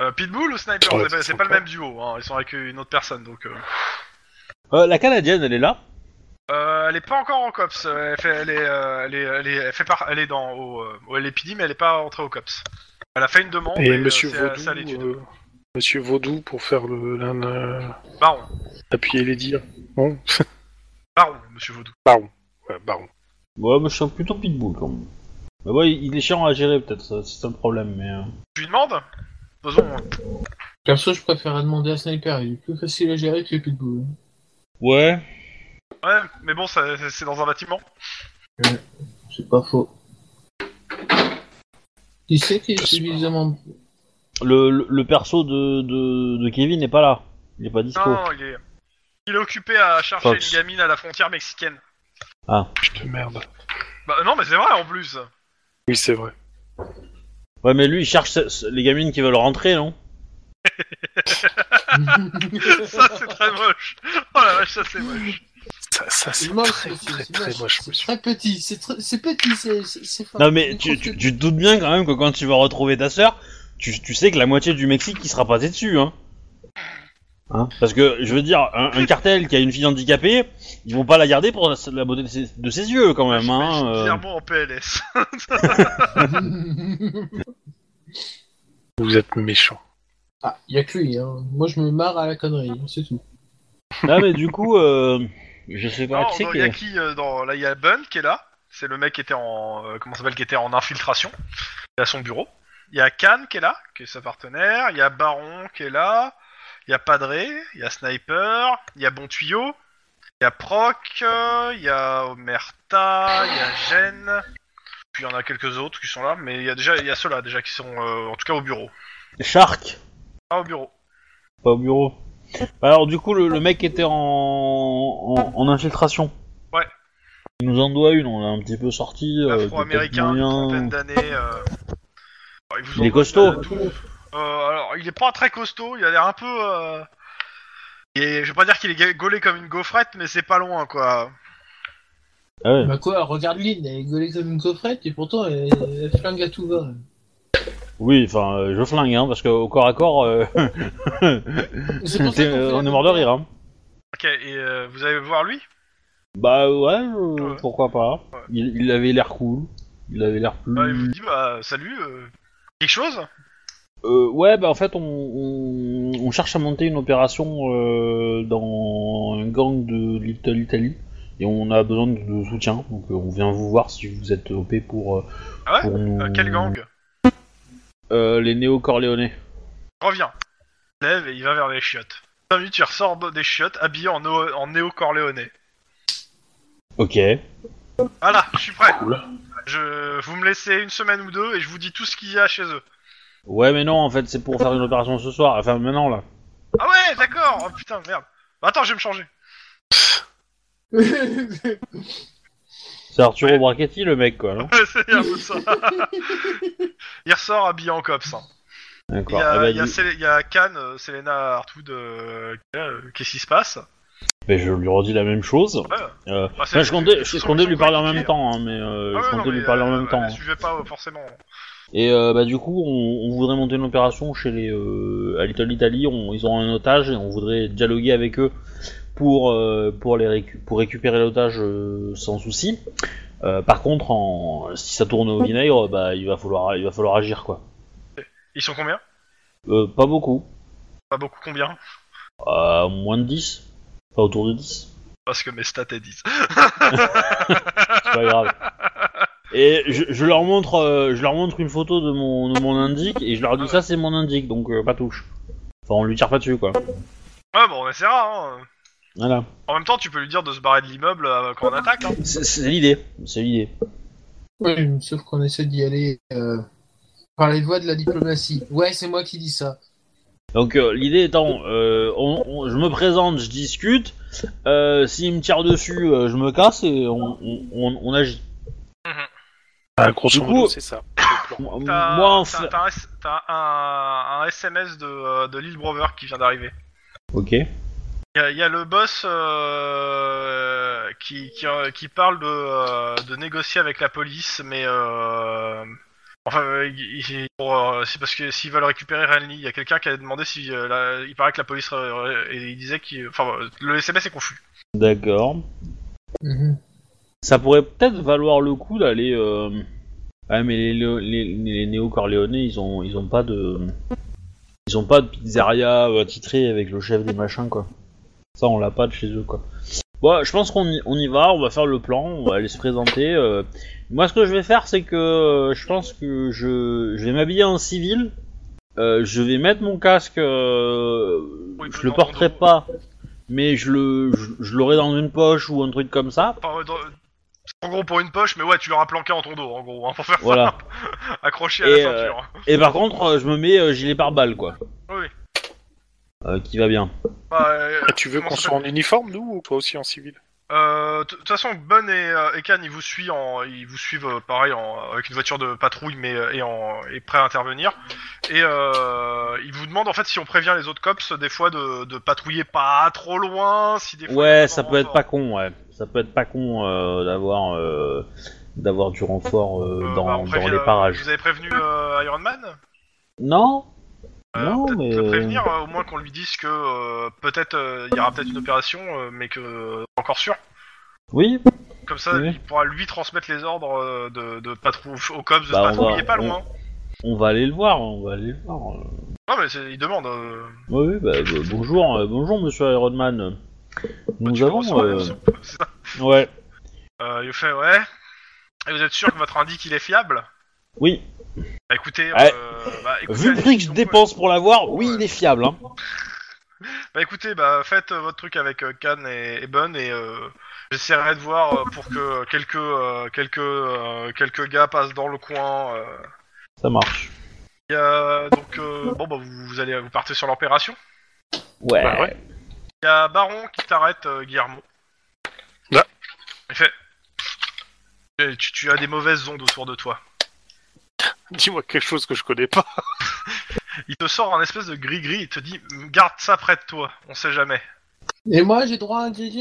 Euh, Pitbull ou Sniper
Ouais,
c'est pas-
c'est
C'est pas le
sympa.
même duo, hein, ils sont avec une autre personne donc. euh.
Euh, La canadienne elle est là.
Euh, elle est pas encore en COPS, euh, elle, fait, elle, est, euh, elle, est, elle, est, elle fait par- elle est dans au, euh, au LAPD, mais elle est pas entrée au COPS. Elle a fait une demande.
Et
mais, euh,
Monsieur
c'est à- c'est à
Vaudou.
l'étude.
euh, Monsieur Vaudou pour faire le, la- la-
Baron,
appuyer les dires. Bon,
Baron, Monsieur Vaudou.
baron. Ouais, baron.
Ouais, moi je suis plutôt pitbull quand même. Bah ouais, il est chiant à gérer peut-être, ça, c'est ça le problème mais. euh,
Tu lui demandes Faisons.
Perso, je préférais demander à Sniper. Il est plus facile à gérer que Pitbull.
Ouais.
Ouais, mais bon, ça- c'est c'est dans un bâtiment.
C'est pas faux. Il sait qu'il est
Je sais pas.
suffisamment.
le, le- le perso de, de, de Kevin n'est pas là. Il est pas dispo.
Non, non, il est, il est occupé à chercher
Fox.
une gamine à la frontière mexicaine.
Je te merde.
Bah non, mais c'est vrai en plus.
Oui, c'est vrai.
Ouais, mais lui, il cherche ce- ce- les gamines qui veulent rentrer, non
ça c'est très moche. Oh la vache, ça c'est moche.
Ça, ça c'est
C'est moche,
très,
monsieur,
très,
c'est
très moche,
C'est
monsieur.
très petit, c'est tr- c'est petit, c'est- c'est c'est fort.
Non, mais
C'est
tu,
trop
tu, tu te doutes bien quand même que quand tu vas retrouver ta sœur, tu, tu sais que la moitié du Mexique qui sera passé dessus, hein. Hein Parce que, je veux dire, un, un cartel qui a une fille handicapée, ils vont pas la garder pour la, la beauté de ses, de ses yeux, quand même, hein.
J'imagine
euh.
Guillermo en PLS.
petit.
Vous êtes méchant.
ah, y a que lui, hein. Moi je me marre à la connerie, hein, c'est tout.
Non, mais du coup, euh, je sais pas,
Non,
qui c'est
non,
qui
il y a
est-
qui euh, dans... Là, il y a Bun qui est là. C'est le mec qui était en... euh, comment ça s'appelle Qui était en infiltration. Il est à son bureau. Il y a Khan qui est là, qui est sa partenaire. Il y a Baron qui est là. Il y a Padré. Il y a Sniper. Il y a Bon Tuyau. Il y a Proc. euh, Il y a Omerta. Il y a Jen. Puis il y en a quelques autres qui sont là. Mais il y a déjà il y a ceux-là déjà qui sont euh, en tout cas au bureau.
Shark
Pas au bureau.
Pas au bureau. Alors du coup, le, le mec était en, en, en infiltration.
Ouais.
Il nous en doit une, on l'a un petit peu sorti. euh,
Afro-américain,
peut-être
une
moyen.
trentaine d'années. euh, bon, vous
Il est
envoie,
costaud.
euh, tout- Euh, alors, il est pas très costaud, il a l'air un peu. euh, il est- je vais pas dire qu'il est ga- gaulé comme une gaufrette, mais c'est pas loin quoi.
Ah ouais.
Bah quoi, regarde Lynn, elle est gaulée comme une coffrette et pourtant elle, elle flingue à tout va.
Oui, enfin, euh, je flingue, hein, parce qu'au corps à corps, euh,
C'est pour ça
t'es-
qu'on fait
on
la
est mort de rire. Hein.
Ok, et euh, vous allez voir lui
Bah ouais, euh,
Ouais.
pourquoi pas. Il, il avait l'air cool. Il avait l'air plus.
Bah, il vous dit bah salut, euh, quelque chose
Euh, ouais, bah en fait, on, on, on cherche à monter une opération euh, dans un gang de Little Italy et on a besoin de, de soutien. Donc euh, on vient vous voir si vous êtes OP pour, euh,
Ah ouais
pour nous.
Euh, Quel gang
Euh, Les néo-corléonais.
Reviens. Il se Lève et il va vers les chiottes. Cinq minutes, il ressort de- des chiottes habillé en, no- en néo-corléonais.
Ok.
Voilà, je suis prêt.
Cool.
Je, vous me laissez une semaine ou deux et je vous dis tout ce qu'il y a chez eux.
Ouais, mais non, en fait, c'est pour faire une opération ce soir. Enfin, maintenant là.
Ah ouais, d'accord. Oh putain, merde. Bah, attends, je vais me changer.
C'est Arturo
Ouais.
Brachetti, le mec, quoi, non
C'est un peu ça. il ressort habillé en cops. hein. Il
D'accord.
y a,
Eh ben,
il y a
lui-
Sel- il y a Khan, euh, Selena Hartwood. euh, euh, Qu'est-ce qui se passe
ben, je lui redis la même chose.
Ouais.
Euh,
Bah, c'est-
enfin, je comptais, je,
ils
je
sont-
comptais
ils
lui
sont
parler en
compliqués,
même temps, hein, mais euh,
Ah
je
ouais,
comptais
non,
lui
mais,
parler en
euh,
même
elle
temps. hein.
suivait pas euh, forcément.
Et euh, bah du coup, on, on voudrait monter une opération chez les euh, à Little Italy. On- ils ont un otage et on voudrait dialoguer avec eux pour euh, pour les récu- pour récupérer l'otage euh, sans souci. Euh, par contre, en, si ça tourne au vinaigre, bah il va falloir il va falloir agir quoi.
Ils sont combien
Euh, pas beaucoup,
Pas beaucoup combien
Euh, moins de 10, enfin autour de 10.
Parce que mes stats elles disent.
C'est pas grave. Et je, je leur montre, euh, je leur montre une photo de mon, de mon indique et je leur dis ça c'est mon indique donc euh, pas touche. Enfin on lui tire pas dessus quoi.
Ouais, Ah, bon, on essaiera. Hein.
Voilà.
En même temps, tu peux lui dire de se barrer de l'immeuble euh, quand on attaque. Hein.
C'est c'est l'idée, c'est l'idée.
Oui, sauf qu'on essaie d'y aller euh, par les voies de la diplomatie. Ouais, c'est moi qui dis ça.
Donc euh, l'idée étant, euh, on- on- je me présente, je discute. Euh, S'il me tire dessus, euh, je me casse et on, on, on- on agit.
Ah, grosso
du
modo,
coup-
c'est ça. le plan.
Moi
T'as
moi, en
t'as-
fait-
t'as un, S- t'as un- un SMS de, euh, de Lil Brother qui vient d'arriver.
Ok.
Il y, a- il y a le boss euh, qui, qui, euh, qui parle de, euh, de négocier avec la police, mais euh, enfin, euh, il- il- pour, euh, c'est parce que s'ils veulent récupérer Renly, il y a quelqu'un qui a demandé si euh, la- il paraît que la police euh, et il disait qu'il, enfin, euh, le SMS est confus.
D'accord.
Mhm.
Ça pourrait peut-être valoir le coup d'aller. Euh... Ouais, mais les, les, les néo-corléonais, ils ont, ils ont pas de. Ils ont pas de pizzeria euh, titrée avec le chef des machins, quoi. Ça, on l'a pas de chez eux, quoi. Bon, je pense qu'on y, on y va, on va faire le plan, on va aller se présenter. euh. Moi, ce que je vais faire, c'est que euh, je pense que je, je vais m'habiller en civil. euh, je vais mettre mon casque. euh,
Oui,
je
mais
le
dans-
porterai
dans-
pas, mais je le, je- je l'aurai dans une poche ou un truc comme ça.
Enfin, euh, dans- en gros pour une poche, mais ouais, tu l'auras planqué en ton dos, en gros, hein, pour faire
Voilà.
ça, accroché à
Et,
la
euh,
ceinture.
Et par contre, euh, je me mets euh, gilet pare-balles, quoi.
Oui.
Euh, qui va bien.
Bah, euh,
Ah, tu veux
comment
qu'on
ça
soit en uniforme, nous, ou toi aussi en civil
Euh, De toute façon, Bun et, euh, et Khan, ils vous suivent, en, ils vous suivent euh, pareil en, avec une voiture de patrouille, mais euh, et, en, et prêt à intervenir. Et euh, ils vous demandent en fait si on prévient les autres cops des fois de, de patrouiller pas trop loin, si des fois. il y a
Ouais,
des
ça peut être
renforts.
pas con, ouais. Ça peut être pas con euh, d'avoir euh, d'avoir du renfort euh,
Euh,
dans,
bah, on
dans
prévient,
les
euh,
parages.
Vous avez prévenu euh, Iron Man
Non
Euh,
Non,
peut-être
mais.
le prévenir, euh, au moins qu'on lui dise que euh, peut-être euh, il y aura peut-être une opération, euh, mais que euh, encore sûr.
Oui,
Comme ça,
Oui.
il pourra lui transmettre les ordres euh, de, de patrouille aux cops de
Bah, on va-
patrouiller pas
on-
loin.
on va aller le voir, on va aller le voir. euh.
Non, mais c'est- il demande. euh,
Oui, oui, bah, bah, bonjour, euh, bonjour, monsieur Iron Man. Nous
tu
avons.
commences,
euh,
ouais, c'est ça.
Ouais.
Euh, il fait ouais. Et vous êtes sûr que votre indice il est fiable
Oui,
Bah écoutez,
Ouais.
euh, bah, écoutez,
vu le prix que je
donc,
dépense pour l'avoir, oui,
Ouais.
il est fiable. Hein.
euh, Bah écoutez, bah faites euh, votre truc avec euh, Can et, et Bun et euh, j'essaierai de voir euh, pour que quelques euh, quelques euh, quelques gars passent dans le coin. euh.
Ça marche.
Il y a, donc euh, bon bah vous, vous allez vous partez sur l'opération.
Ouais.
Bah ouais.
Il y a Baron qui t'arrête, euh, Guillermo.
Là.
Il fait. Eh, Tu, tu as des mauvaises ondes autour de toi.
Dis-moi quelque chose que je connais pas.
Il te sort un espèce de gris-gris, il te dit garde ça près de toi, on sait jamais.
Et moi, j'ai droit à un GG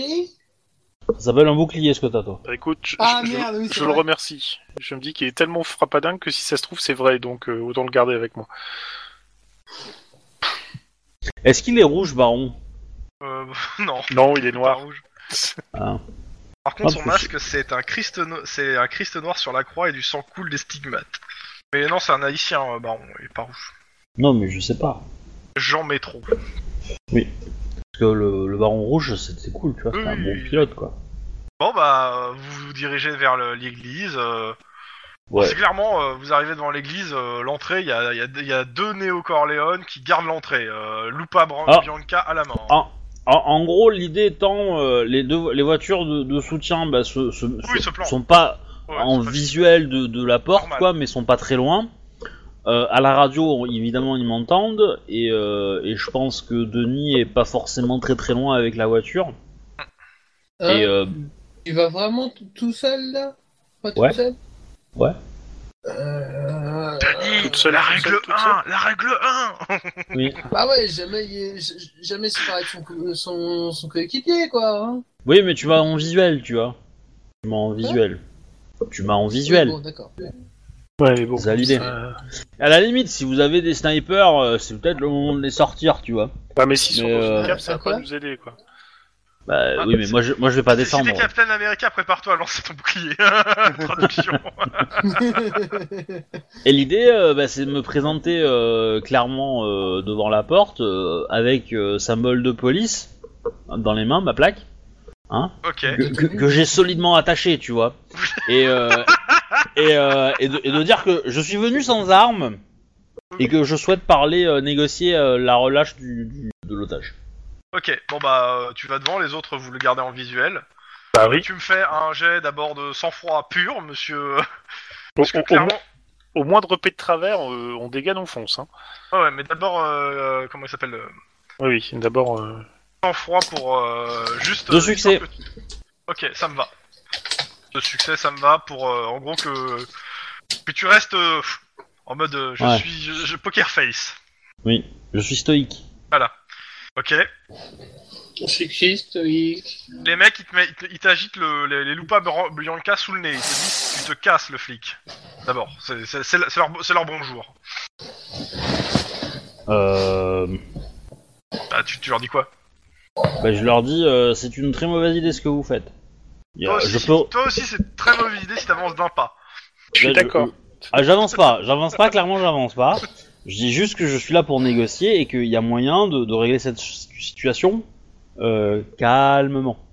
Ça s'appelle un bouclier, ce que t'as, toi.
Bah, écoute, je,
Ah
je- je-
merde, oui, c'est
je le
vrai.
remercie. Je me dis qu'il est tellement frappadingue que si ça se trouve, c'est vrai, donc euh, autant le garder avec moi.
Est-ce qu'il est rouge, baron
Euh, non.
Non, il est
Pas
noir.
rouge.
Ah.
Par contre, son
Ah, c'est-
masque, c'est un, Christ no- c'est un Christ noir sur la croix et du sang coule des stigmates. Mais non, c'est un haïtien, euh, baron, il est pas rouge.
Non, mais je sais pas.
Jean Métro.
Parce que le, le Baron Rouge, c'était cool, tu vois, c'était un
Oui,
bon
oui, oui.
pilote, quoi.
Bon, bah, euh, vous vous dirigez vers le- l'église. euh,
Ouais.
C'est clairement, euh, vous arrivez devant l'église, euh, l'entrée, il y a, il y a- il y a deux Néo Corleone qui gardent l'entrée. Euh, Lupa Bran-
Ah.
Bianca à la main.
Ah. En, en gros, l'idée étant, euh, les, deux, les voitures de, de soutien bah, se, se- se-
se plantent.
sont pas
Ouais,
en
c'est pas-
visuel de, de la porte,
Normal.
quoi, mais sont pas très loin. Euh, à la radio, évidemment, ils m'entendent, et, euh, et je pense que Denis est pas forcément très très loin avec la voiture.
Hein
et euh,
Tu vas vraiment t- tout seul là Pas tout
Ouais.
seul
Ouais.
Euh...
Denis,
seule,
la
toute
règle
seule, toute
1, la règle 1
Bah ouais, jamais, il est- j- jamais se faire avec son, co- son, son coéquipier quoi. hein.
oui, mais tu vas en visuel, tu vois. Tu m'as en visuel. Tu m'as en visuel.
Bon, d'accord.
Ouais, mais bon.
C'est l'idée.
Euh,
À la limite, si vous avez des snipers, euh, c'est peut-être le moment de les sortir, tu vois.
Bah, mais s'ils sont
Mais,
dans
euh,
une cave, ça va
Quoi
pas nous aider, quoi.
Bah
Ah,
oui, mais
c'est-
moi je, moi je vais pas
Si
défendre.
t'es Captain America, prépare-toi à lancer ton bouclier. Traduction.
Et l'idée, euh, bah, c'est de me présenter euh, clairement euh, devant la porte euh, avec euh, symbole de police dans les mains, ma plaque,
ok.
que, que- que j'ai solidement attachée, tu vois. Et, euh, et, euh, et de, et de dire que je suis venu sans armes et que je souhaite parler, euh, négocier euh, la relâche du, du- de l'otage.
Ok, bon bah euh, tu vas devant, les autres vous le gardez en visuel.
Bah oui.
Tu me fais un jet d'abord de sang-froid pur, monsieur. euh,
Au,
Parce que
au- au
clairement.
moins- au moins de repé de travers, euh, on dégaine, on fonce. Hein.
Ah ouais, mais d'abord, euh, euh, comment il s'appelle euh,
Oui, oui, d'abord. euh,
Sang-froid pour euh, juste.
Deux
euh,
succès.
histoire que tu- Ok, ça me va. De succès, ça me va pour euh, en gros que. Que tu restes euh, en mode euh, je
Ouais.
suis. Je, je- poker face.
Je suis stoïque.
Ok.
Je suis Christ, oui.
Les mecs, ils te met- ils te- ils t'agitent le, les, les loupas bran- Bianca sous le nez. Ils te disent, tu te casses, le flic. D'abord, c'est c'est- c'est le- c'est leur, c'est leur bonjour.
Euh,
Bah, tu, tu leur dis quoi
bah, je leur dis, euh, c'est une très mauvaise idée ce que vous faites. Il y a-
Toi aussi,
je peux.
toi aussi, c'est une très mauvaise idée si t'avances d'un pas.
Je suis
Là,
d'accord.
Ah, j'avance pas, j'avance pas, clairement j'avance pas. Je dis juste que je suis là pour négocier et qu'il y a moyen de, de régler cette s- situation euh, calmement.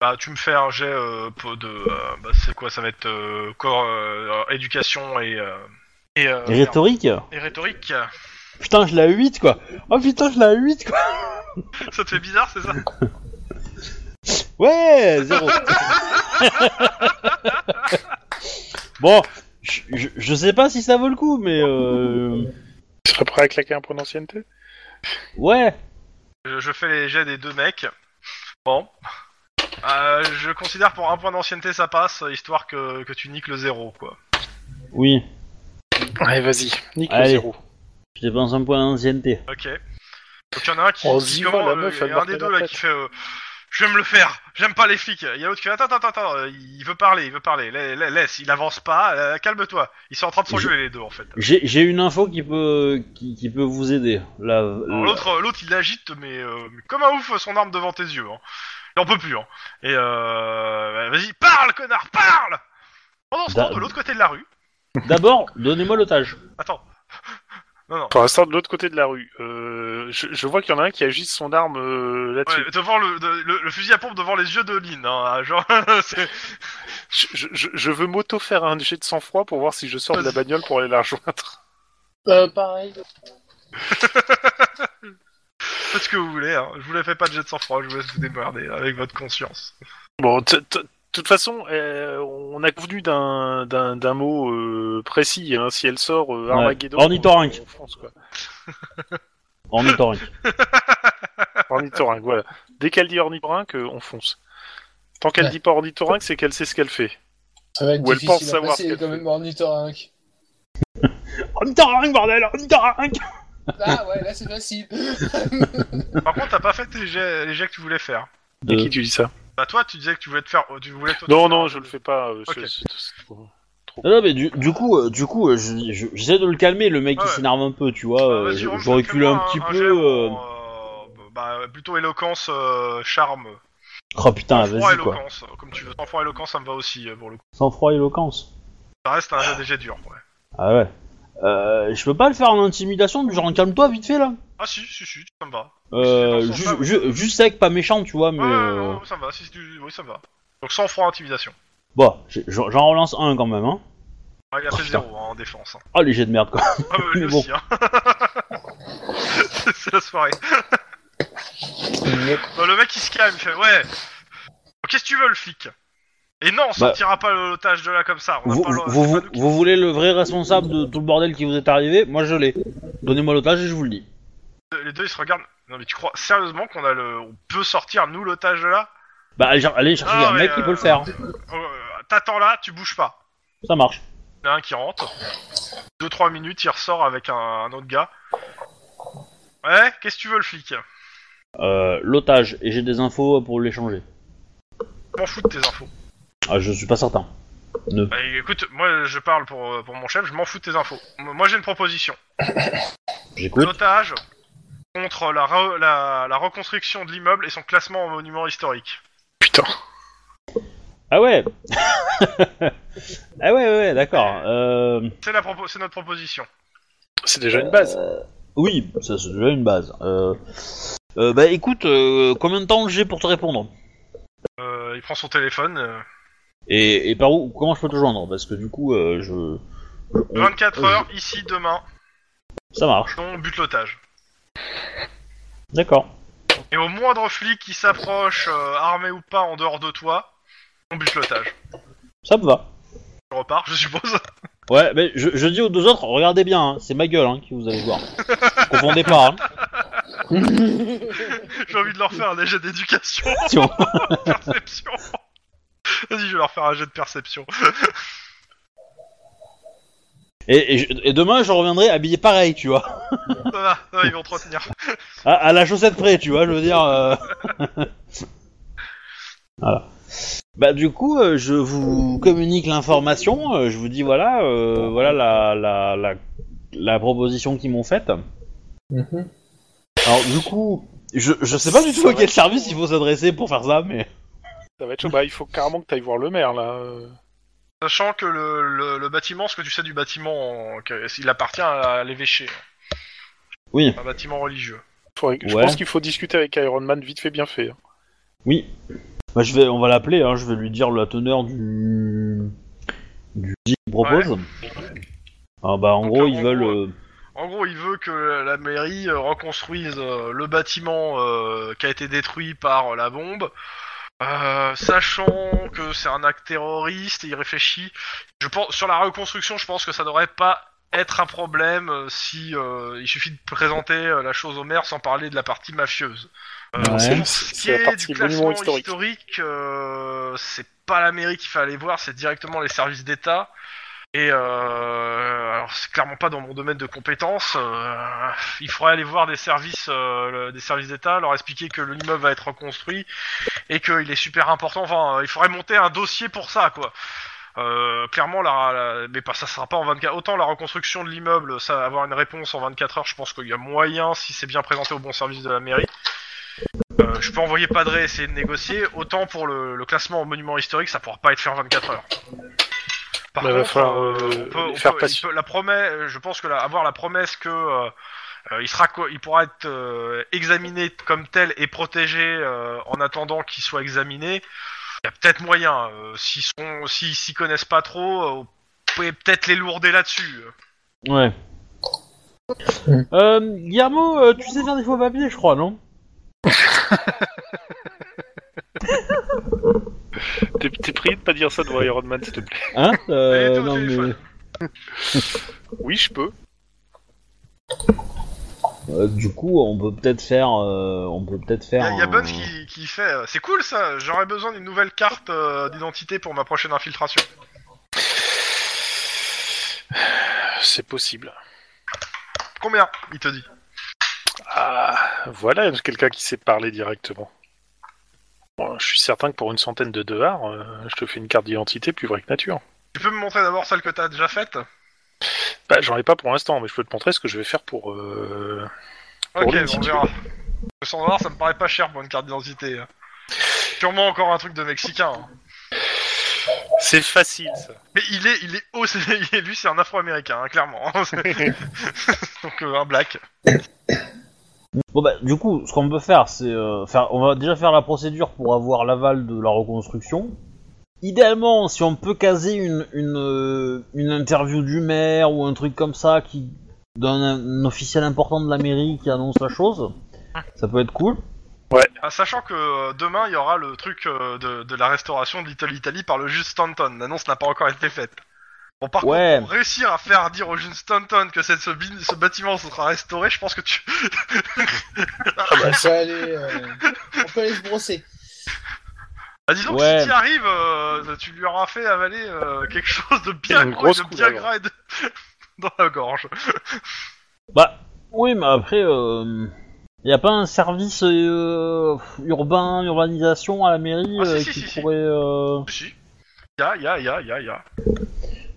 Bah, tu me fais un jet euh, po- de. euh, bah, c'est quoi Ça va être euh, corps, euh, euh, éducation et. euh, et, euh,
Et Rhétorique
merde, et rhétorique.
Putain, je l'ai à 8 quoi Oh putain, je l'ai à 8 quoi
Ça te fait bizarre, c'est ça
Ouais Zéro Bon, je, je- je sais pas si ça vaut le coup, mais euh,
Tu serais prêt à claquer un point d'ancienneté
Ouais
je, je fais les jets des deux mecs. Bon. Euh, je considère pour un point d'ancienneté, ça passe, histoire que, que tu niques le zéro, quoi.
Oui,
Allez, vas-y. Nique le
Allez.
zéro.
je dépense un point d'ancienneté.
Ok. Donc il y en a un qui,
Oh,
qui
Ziva, la
commande,
meuf,
il y
elle
a un
marque
des
la
deux là
tête.
qui fait euh, Je vais me le faire, j'aime pas les flics. Il y a l'autre qui fait Attends, attends, attends, euh, il veut parler, il veut parler, La- la- laisse, il avance pas, euh, calme-toi. Ils sont en train de s'engueuler les deux en fait.
J'ai j'ai une info qui peut, qui, qui peut vous aider. La,
Alors,
la-
L'autre, euh, l'autre il agite, mais euh, mais comme un ouf son arme devant tes yeux. Hein. Il en peut plus. Hein. Et euh, vas-y, parle, connard, parle Pendant ce
Bah,
temps,
Da-
de l'autre côté de la rue,
Oh.
D'abord, donnez-moi l'otage.
attends. Non, non,
Pour l'instant, de l'autre côté de la rue, euh, je, je vois qu'il y en a un qui agite son arme euh, là-dessus.
ouais, devant le, de- le, le fusil à pompe devant les yeux de Lynn. Hein, genre, c'est.
Je, je- je- je veux m'auto-faire un jet de sang-froid pour voir si je sors de la bagnole pour aller la rejoindre.
Euh, pareil.
Faites ce que vous voulez, hein. je vous la fais pas de jet de sang-froid, je vous laisse vous démerder avec votre conscience.
Bon, de toute façon, euh, on a convenu d'un- d'un d'un mot euh, précis. hein. Si elle sort, euh,
Ouais.
Armageddon.
Ornithorynque.
on- on fonce, quoi.
En ornithorynque.
Ornithorynque, voilà. Dès qu'elle dit ornithorynque, euh, on fonce. Tant qu'elle
Ouais.
dit pas ornithorynque, c'est qu'elle sait ce qu'elle fait.
Ça va être
Ou elle
difficile
pense
à
savoir
passer,
ce qu'elle
quand
fait.
même ornithorynque.
Ornithorynque, bordel Ornithorynque
Ah ouais, là c'est facile.
Par contre, t'as pas fait tes jets, les jets que tu voulais faire.
Et qui tu dis ça
Bah toi, tu disais que tu voulais te faire... Tu voulais toi,
Non,
te faire-
non, je le fais pas. euh,
Ok.
c'est- c'est- c'est trop-
Non, non, mais du, du coup, euh, du coup euh, je- je- j'essaie de le calmer, le mec
Ah
qui
ouais.
s'énerve un peu, tu vois.
Euh,
euh,
vas-y,
je,
Rome,
je recule
fais-moi
un petit
jet
peu. euh,
en, euh, bah, plutôt éloquence, euh, charme.
Oh putain,
Sang-froid,
vas-y quoi.
éloquence, comme tu veux. Sang-froid, éloquence, ça me va aussi, euh, pour le coup.
Sang-froid, éloquence.
Ça reste un jeu jet dur, ouais.
Ah ouais. Euh, je peux pas le faire en intimidation, du genre calme-toi vite fait là.
Ah si, si, si, ça me va.
Euh,
Si, dans ce
ju-
sens-là, oui.
ju- juste sec, pas méchant, tu vois, mais.
Ouais, ouais,
euh,
ouais, ouais, ça me va, si, si, tu- oui, ça me va. Donc sang-froid, intimidation.
Bon, j'ai- j'en j'en relance un quand même, hein.
Ah, il a
Oh,
fait
putain.
0 en défense. hein.
Oh, les jets de merde quoi.
Ah, ouais, lui
Mais bon.
aussi, hein. C'est la soirée. Bah, le mec il se calme, il fait ouais. Qu'est-ce que tu veux le flic Et non, on sortira pas l'otage de là comme ça. On a
Bah. Vous,
pas le-
vous-
c'est
vous-
pas nous qui-
vous voulez le vrai responsable de tout le bordel qui vous est arrivé Moi je l'ai. Donnez-moi l'otage et je vous le dis.
Les deux ils se regardent. Non mais tu crois sérieusement qu'on a le, on peut sortir nous l'otage de là
Bah allez, cher- allez chercher
Ah,
un
mais,
mec qui
euh,
peut le faire.
Euh, T'attends là, tu bouges pas.
Ça marche.
Il y en a un qui rentre. Deux trois minutes, il ressort avec un, un autre gars. Ouais, qu'est-ce que tu veux le flic
Euh, l'otage et j'ai des infos pour l'échanger.
Je m'en fous de tes infos.
Ah, je suis pas certain.
Bah, écoute, moi je parle pour, euh, pour mon chef, je m'en fous de tes infos. M- Moi j'ai une proposition.
J'écoute.
L'otage contre la, re- la, la reconstruction de l'immeuble et son classement en monument historique.
Putain.
Ah ouais Ah ouais, ouais, ouais, d'accord. Euh,
C'est la propo- c'est notre proposition.
C'est déjà une base.
oui, ça c'est déjà une base. Euh, euh, bah écoute, euh, combien de temps j'ai pour te répondre
Euh, il prend son téléphone. euh,
et, et par où Comment je peux te joindre Parce que du coup, euh, je. je-
24
je-
heures ici demain,
Ça marche.
sinon on bute l'otage.
D'accord.
Et au moindre flic qui s'approche, euh, armé ou pas, en dehors de toi, on bute l'otage.
Ça me va.
Je repars, je suppose.
Ouais, mais je, je dis aux deux autres, regardez bien, hein, c'est ma gueule hein, qui vous allez voir. Confondez pas. Hein.
J'ai envie de leur faire un jet d'éducation,
Tiens.
perception. Vas-y, je vais leur faire un jet de perception.
Et, et je- et demain, je reviendrai habillé pareil, tu vois.
Ça va, ça va, ils vont te retenir.
À, à la chaussette près, tu vois, je veux dire. euh. voilà. Bah du coup, euh, je vous communique l'information. euh, je vous dis voilà, euh, voilà la, la, la, la proposition qu'ils m'ont faite.
Mhm.
Alors du coup, je, je sais pas du tout à quel service il faut s'adresser pour faire ça, mais
Ça va être chaud. Bah, il faut carrément que t'ailles voir le maire, là. euh.
Sachant que le, le- le bâtiment, ce que tu sais du bâtiment, euh, que- il appartient à l'évêché.
Oui.
Un bâtiment religieux.
Faudrait- Je
Ouais.
pense qu'il faut discuter avec Iron Man vite fait, bien fait. hein.
oui. Bah je vais, on va l'appeler. Hein, je vais lui dire la teneur du du deal qu'il propose. Ah, bah en
Donc,
gros,
en
ils veulent.
gros,
euh,
En gros, il veut que la mairie euh, reconstruise euh, le bâtiment euh, qui a été détruit par euh, la bombe. Euh, sachant que c'est un acte terroriste, il réfléchit. Je pense sur la reconstruction, je pense que ça devrait pas être un problème euh, si euh, il suffit de présenter euh, la chose au maire sans parler de la partie mafieuse. Euh,
Ouais.
pour
C'est
ce qui
la
est
partie
du
monument
classement
historique.
historique, euh, c'est pas la mairie qu'il fallait voir, c'est directement les services d'État. Et euh, alors c'est clairement pas dans mon domaine de compétence. euh, il faudrait aller voir des services, euh, le- des services d'État, leur expliquer que l'immeuble va être reconstruit et qu'il est super important. Enfin, euh, il faudrait monter un dossier pour ça, quoi. Euh, clairement, la, la- mais pas, ça sera pas en 24. Autant la reconstruction de l'immeuble, ça avoir une réponse en 24 heures, je pense qu'il y a moyen si c'est bien présenté au bon service de la mairie. Euh, je peux envoyer Padré essayer de négocier. Autant pour le, le classement en monument historique, ça pourra pas être fait en 24 heures. Par
Bah, va
contre,
falloir,
euh,
euh,
on peut- on
faire
peut-
passer.
il peut- la promesse, euh, je pense que la- avoir la promesse que euh, euh, il sera, co- il pourra être euh, examiné comme tel et protégé euh, en attendant qu'il soit examiné. Il y a peut-être moyen. euh, S'ils sont, s'ils s'y connaissent pas trop, euh, vous pouvez peut-être les lourder là-dessus.
Ouais.
Mm.
Euh, Guillermo, euh, tu sais faire des faux papiers, je crois, non
T'es- T'es prié de pas dire ça devant Iron Man, s'il te plaît.
Hein Euh,
Elle était au
non,
téléphone.
Oui, je peux.
mais, euh, du coup, on peut peut-être faire, euh, on peut
Il
peut-être
y
faire.
a, il y a
un-
Buns qui, qui fait. euh, C'est cool ça. J'aurais besoin d'une nouvelle carte euh, d'identité pour ma prochaine infiltration.
C'est possible.
Combien Il te dit.
Ah, voilà quelqu'un qui sait parler directement. Bon, je suis certain que pour une centaine de dollars, euh, je te fais une carte d'identité plus vraie que nature.
Tu peux me montrer d'abord celle que t'as déjà faite
Bah, j'en ai pas pour l'instant, mais je peux te montrer ce que je vais faire pour. euh, Pour
Ok,
lui, si
on
tu
verra. 100 dollars, ça me paraît pas cher pour une carte d'identité. hein. Sûrement encore un truc de Mexicain. hein.
C'est facile, ça.
Mais il est, il est haut, c'est- lui c'est un Afro-Américain, hein, clairement. Donc euh, un black.
Bon bah du coup, ce qu'on peut faire, c'est euh, faire, on va déjà faire la procédure pour avoir l'aval de la reconstruction. Idéalement, si on peut caser une une, euh, une interview du maire ou un truc comme ça qui d'un un officiel important de la mairie qui annonce la chose, ça peut être cool.
Ah, sachant que euh, demain il y aura le truc euh, de, de la restauration de Little Italy par le juge Stanton. L'annonce n'a pas encore été faite. Bon, par
Ouais.
contre, pour réussir à faire dire au juge Stanton que c'est- ce, bin- ce bâtiment sera restauré, je pense que tu.
bah,
On peut aller, euh, on peut aller se brosser.
Bah, disons
Ouais.
que si tu arrives, euh, tu lui auras fait avaler euh, quelque chose de bien
Une
gros et
grosse
de bien
couille,
gras et de- dans la gorge.
Bah oui, mais après, il y a pas un service euh, urbain, urbanisation à la mairie
Ah, si,
euh,
si,
qui
si, si.
pourrait. euh,
Si. Ya, ya, ya, ya, ya.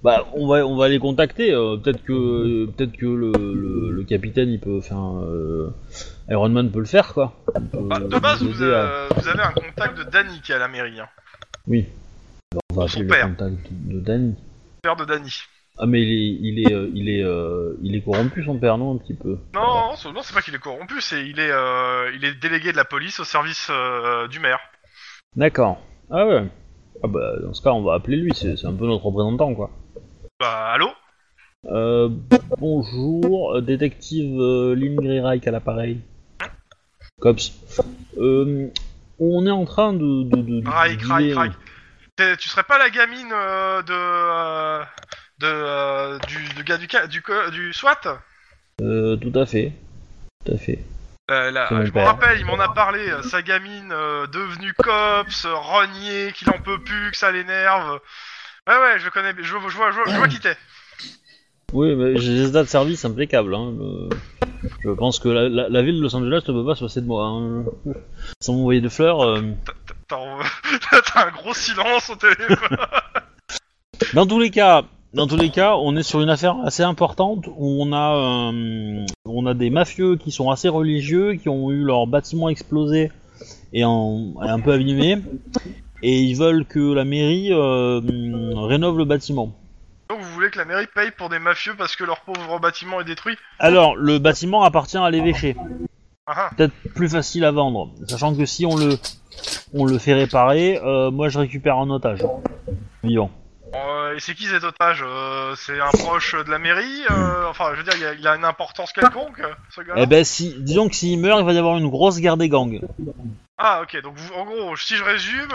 Bah, on va, on va les contacter. euh, peut-être que, peut-être que le, le, le capitaine, il peut, enfin, euh, Iron Man peut le faire, quoi. Il peut
Bah, de base,
nous
vous,
aider à-
euh, vous avez un contact de Danny qui est à la mairie. Hein.
Oui. On va
son
appeler
père.
le contact de Danny.
Père de Danny.
Ah, mais il est, il est, euh, il est, euh, il est corrompu, son père, non, un petit peu.
Non, non, c'est- Oh, non, c'est pas qu'il est corrompu, c'est il est euh, il est délégué de la police au service euh, du maire.
D'accord. Ah ouais. Ah bah, dans ce cas, on va appeler lui. C'est, c'est un peu notre représentant, quoi.
Bah allô
Euh, bonjour, euh, détective euh, Lynn Greyreich à l'appareil. Cops. Euh, on est en train de. de, de, de
Raik, Raik,
dealer-
Raik. T'es- Tu serais pas la gamine euh, de euh, de euh, du, du gars du ca- du co- du SWAT
Euh, tout à fait. Tout à fait.
Euh, là,
C'est mon
je me
père.
rappelle, il m'en a parlé, euh, sa gamine euh, devenue cops, euh, rognée, qu'il en peut plus, que ça l'énerve. Ouais, ouais, je connais, je, je vois, je vois, je vois qui t'es.
Oui, mais j'ai des dates de service impeccable. Hein. le- Je pense que la, la- la ville de Los Angeles ne peut pas se passer de moi. hein. Sans m'envoyer de fleurs. euh.
Attends, euh, T'as un gros silence au téléphone.
Dans tous les cas. Dans tous les cas, on est sur une affaire assez importante où on a, euh, on a des mafieux qui sont assez religieux, qui ont eu leur bâtiment explosé et, en- et un peu abîmé, et ils veulent que la mairie euh, rénove le bâtiment.
Donc vous voulez que la mairie paye pour des mafieux parce que leur pauvre bâtiment est détruit
Alors, le bâtiment appartient à l'évêché.
ah, ah.
peut-être plus facile à vendre, sachant que si on le, on le fait réparer, euh, moi je récupère un otage vivant.
Euh, Et c'est qui cet otage Euh, C'est un proche de la mairie Euh, Enfin, je veux dire, il a, il a une importance quelconque, ce gars
Eh ben si, disons que s'il meurt, il va y avoir une grosse guerre des gangs.
Ah, ok, donc vous- en gros, si je résume,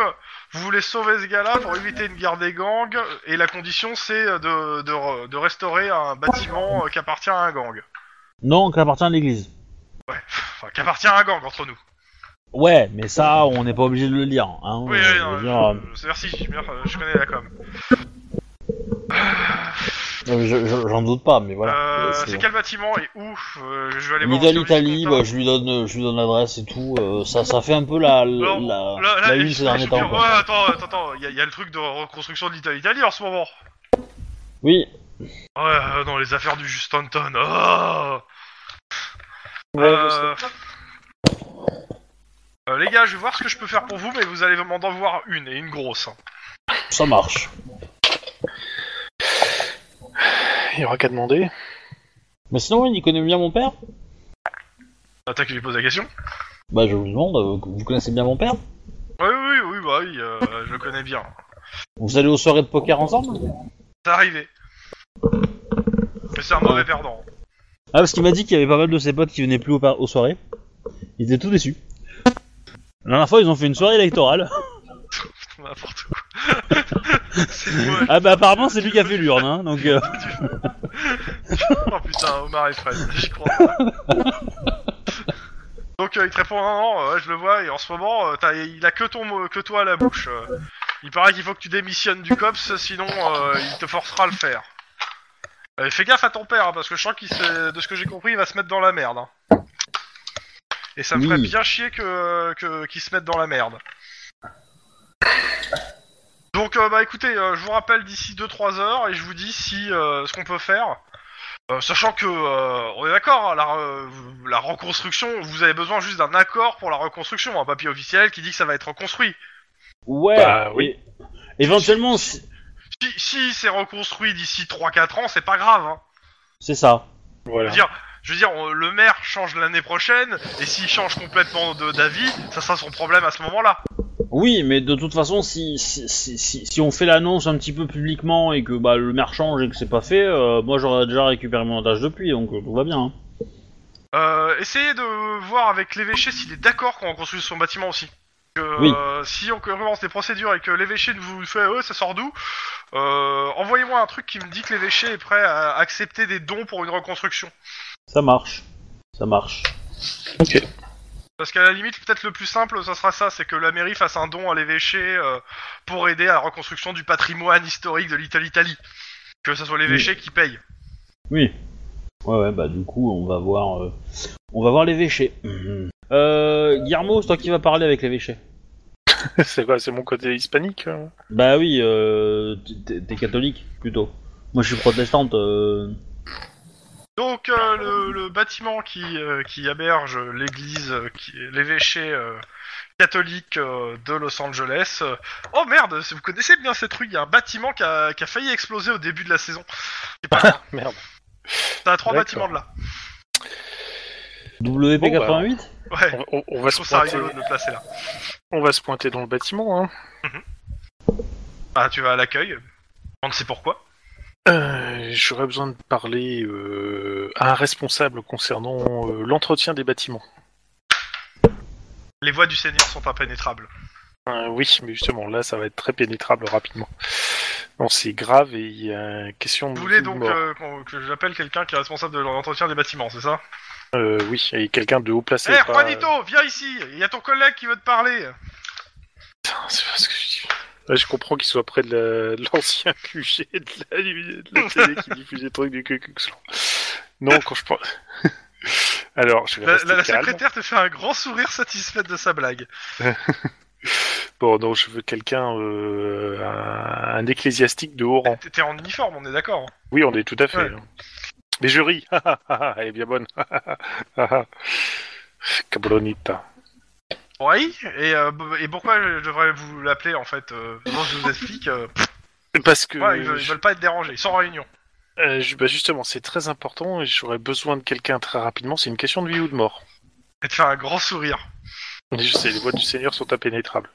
vous voulez sauver ce gars-là pour éviter une guerre des gangs, et la condition c'est de, de, re- de restaurer un bâtiment euh, qui appartient à un gang.
Non, qui appartient à l'église.
Enfin, qui appartient à un gang entre nous.
Ouais, mais ça, on n'est pas obligé de le lire. Hein,
Oui,
euh,
oui,
je veux
non,
dire, euh,
je- je- merci, je, mer- je connais la com.
euh, je- je- j'en doute pas, mais voilà.
Euh,
Euh,
c'est quel bâtiment et où Euh, Je vais aller voir.
Little
sur le
Italy,
compta.
bah, je lui donne, euh, je lui donne l'adresse et tout. euh, ça, ça fait un peu la, la,
Non,
la,
Là, là,
la
il-
une ces
il-
derniers
il-
temps.
ouais,
quoi.
attends, attends, attends, il y, a- il y a le truc de reconstruction de l'Italie Italie en ce moment.
Oui,
Ouais, euh, dans les affaires du Justanton. Oh
Ouais, je sais.
Euh, euh, les gars, je vais voir ce que je peux faire pour vous, mais vous allez m'en devoir une, et une grosse. hein.
ça marche.
Il y aura qu'à demander.
Mais sinon, il connaît bien mon père.
Attends que je Ah, lui pose la question.
Bah, je vous demande, euh, vous connaissez bien mon père
Oui, oui, oui, bah oui, euh, je le connais bien.
Vous allez aux soirées de poker ensemble
C'est arrivé. Mais c'est un mauvais perdant.
Ah, parce qu'il m'a dit qu'il y avait pas mal de ses potes qui venaient plus aux, par- aux soirées. Ils étaient tout déçus. La dernière fois, ils ont fait une soirée électorale.
N'importe quoi. c'est moi.
Ah bah apparemment, c'est lui qui a fait l'urne, hein, donc... euh,
Oh putain, Omar et Fred, j'y crois pas. Donc euh, il te répond non, non, euh, ouais, je le vois, et en ce moment, euh, t'as- il a que, ton, mot- que toi à la bouche. euh. il paraît qu'il faut que tu démissionnes du COPS, sinon euh, il te forcera à le faire. Euh, fais gaffe à ton père, hein, parce que je sens qu'il se- de ce que j'ai compris, il va se mettre dans la merde. hein. Et ça me ferait
Oui.
bien chier que, que- qu'il se mette dans la merde. Donc euh, bah écoutez, euh, je vous rappelle d'ici 2-3 heures et je vous dis si euh, ce qu'on peut faire. Euh, sachant que, euh, on est d'accord, hein, la, re- la reconstruction, vous avez besoin juste d'un accord pour la reconstruction, un papier officiel qui dit que ça va être reconstruit.
Ouais.
Bah, oui.
et- éventuellement, si-
Si, si c'est reconstruit d'ici 3-4 ans, c'est pas grave. Hein.
c'est ça.
Voilà.
Dire- Je veux dire, on- le maire change l'année prochaine, et s'il change complètement de- d'avis, ça sera son problème à ce moment-là.
Oui, mais de toute façon, si si, si, si- si on fait l'annonce un petit peu publiquement et que bah, le maire change et que c'est pas fait, euh, moi j'aurais déjà récupéré mon otage depuis, donc euh, tout va bien. hein.
Euh, essayez de voir avec l'évêché s'il est d'accord qu'on reconstruise son bâtiment aussi. Que,
Oui.
euh, si on commence des procédures et que l'évêché vous fait euh, ça sort d'où euh, Envoyez-moi un truc qui me dit que l'évêché est prêt à accepter des dons pour une reconstruction.
Ça marche. Ça marche.
Parce qu'à la limite, peut-être le plus simple, ça sera ça, c'est que la mairie fasse un don à l'évêché euh, pour aider à la reconstruction du patrimoine historique de l'Italie. Que ce soit l'évêché qui paye.
Oui. Ouais, ouais, bah du coup, on va voir. euh, on va voir l'évêché. Mhm. Euh, Guillermo, c'est toi qui vas parler avec l'évêché.
c'est quoi C'est mon côté hispanique hein
Bah oui, euh, t'es- t'es catholique plutôt. Moi je suis protestante. euh.
Donc euh, le, le bâtiment qui, euh, qui héberge l'église, euh, qui- l'évêché euh, catholique euh, de Los Angeles. euh, Oh merde, vous connaissez bien cette rue, il y a un bâtiment qui a, qui a failli exploser au début de la saison. C'est pas grave.
Merde.
T'as trois bâtiments
D'accord.
de là.
WP88
Ouais,
On, on- on
je
va se
trouve ça
pointer,
rigolo de le placer là.
on va se pointer dans le bâtiment. Hein.
Bah tu vas à l'accueil, on ne sait pourquoi.
Euh, J'aurais besoin de parler euh, à un responsable concernant euh, l'entretien des bâtiments.
Les voies du Seigneur sont impénétrables.
Euh, oui, mais justement, là, ça va être très pénétrable rapidement. Non, c'est grave et il y a question de.
Vous voulez
vie ou
donc
mort.
euh, qu'on- que j'appelle quelqu'un qui est responsable de l'entretien des bâtiments, c'est ça
Euh, oui, et quelqu'un de haut placé.
Eh
pas-
Juanito, viens ici, il y a ton collègue qui veut te parler.
Putain, c'est pas ce que je dis. Ouais, je comprends qu'il soit près de la- de l'ancien QG de la, de la télé qui diffuse des trucs du Cucuxlan. Non, quand je pense. Alors, je vais
La,
rester
la- la
calme.
secrétaire te fait un grand sourire satisfait de sa blague.
Bon, non, je veux quelqu'un, euh, un, un ecclésiastique de haut rang.
T'es t'es en uniforme, on est d'accord.
Oui, on est tout à fait. hein.
Ouais.
Mais je ris. Ah, Elle est bien bonne. Ah, Cabronita.
Oui, et, euh, b- et pourquoi je devrais vous l'appeler en fait euh, Non, je vous explique. euh,
Parce que
ouais, ils, veulent, ils
je-
veulent pas être dérangés, sans réunion.
euh, je- bah, justement, c'est très important et j'aurais besoin de quelqu'un très rapidement. C'est une question de vie ou de mort.
Elle te fait un grand sourire.
Et Je sais, les voies du Seigneur sont impénétrables.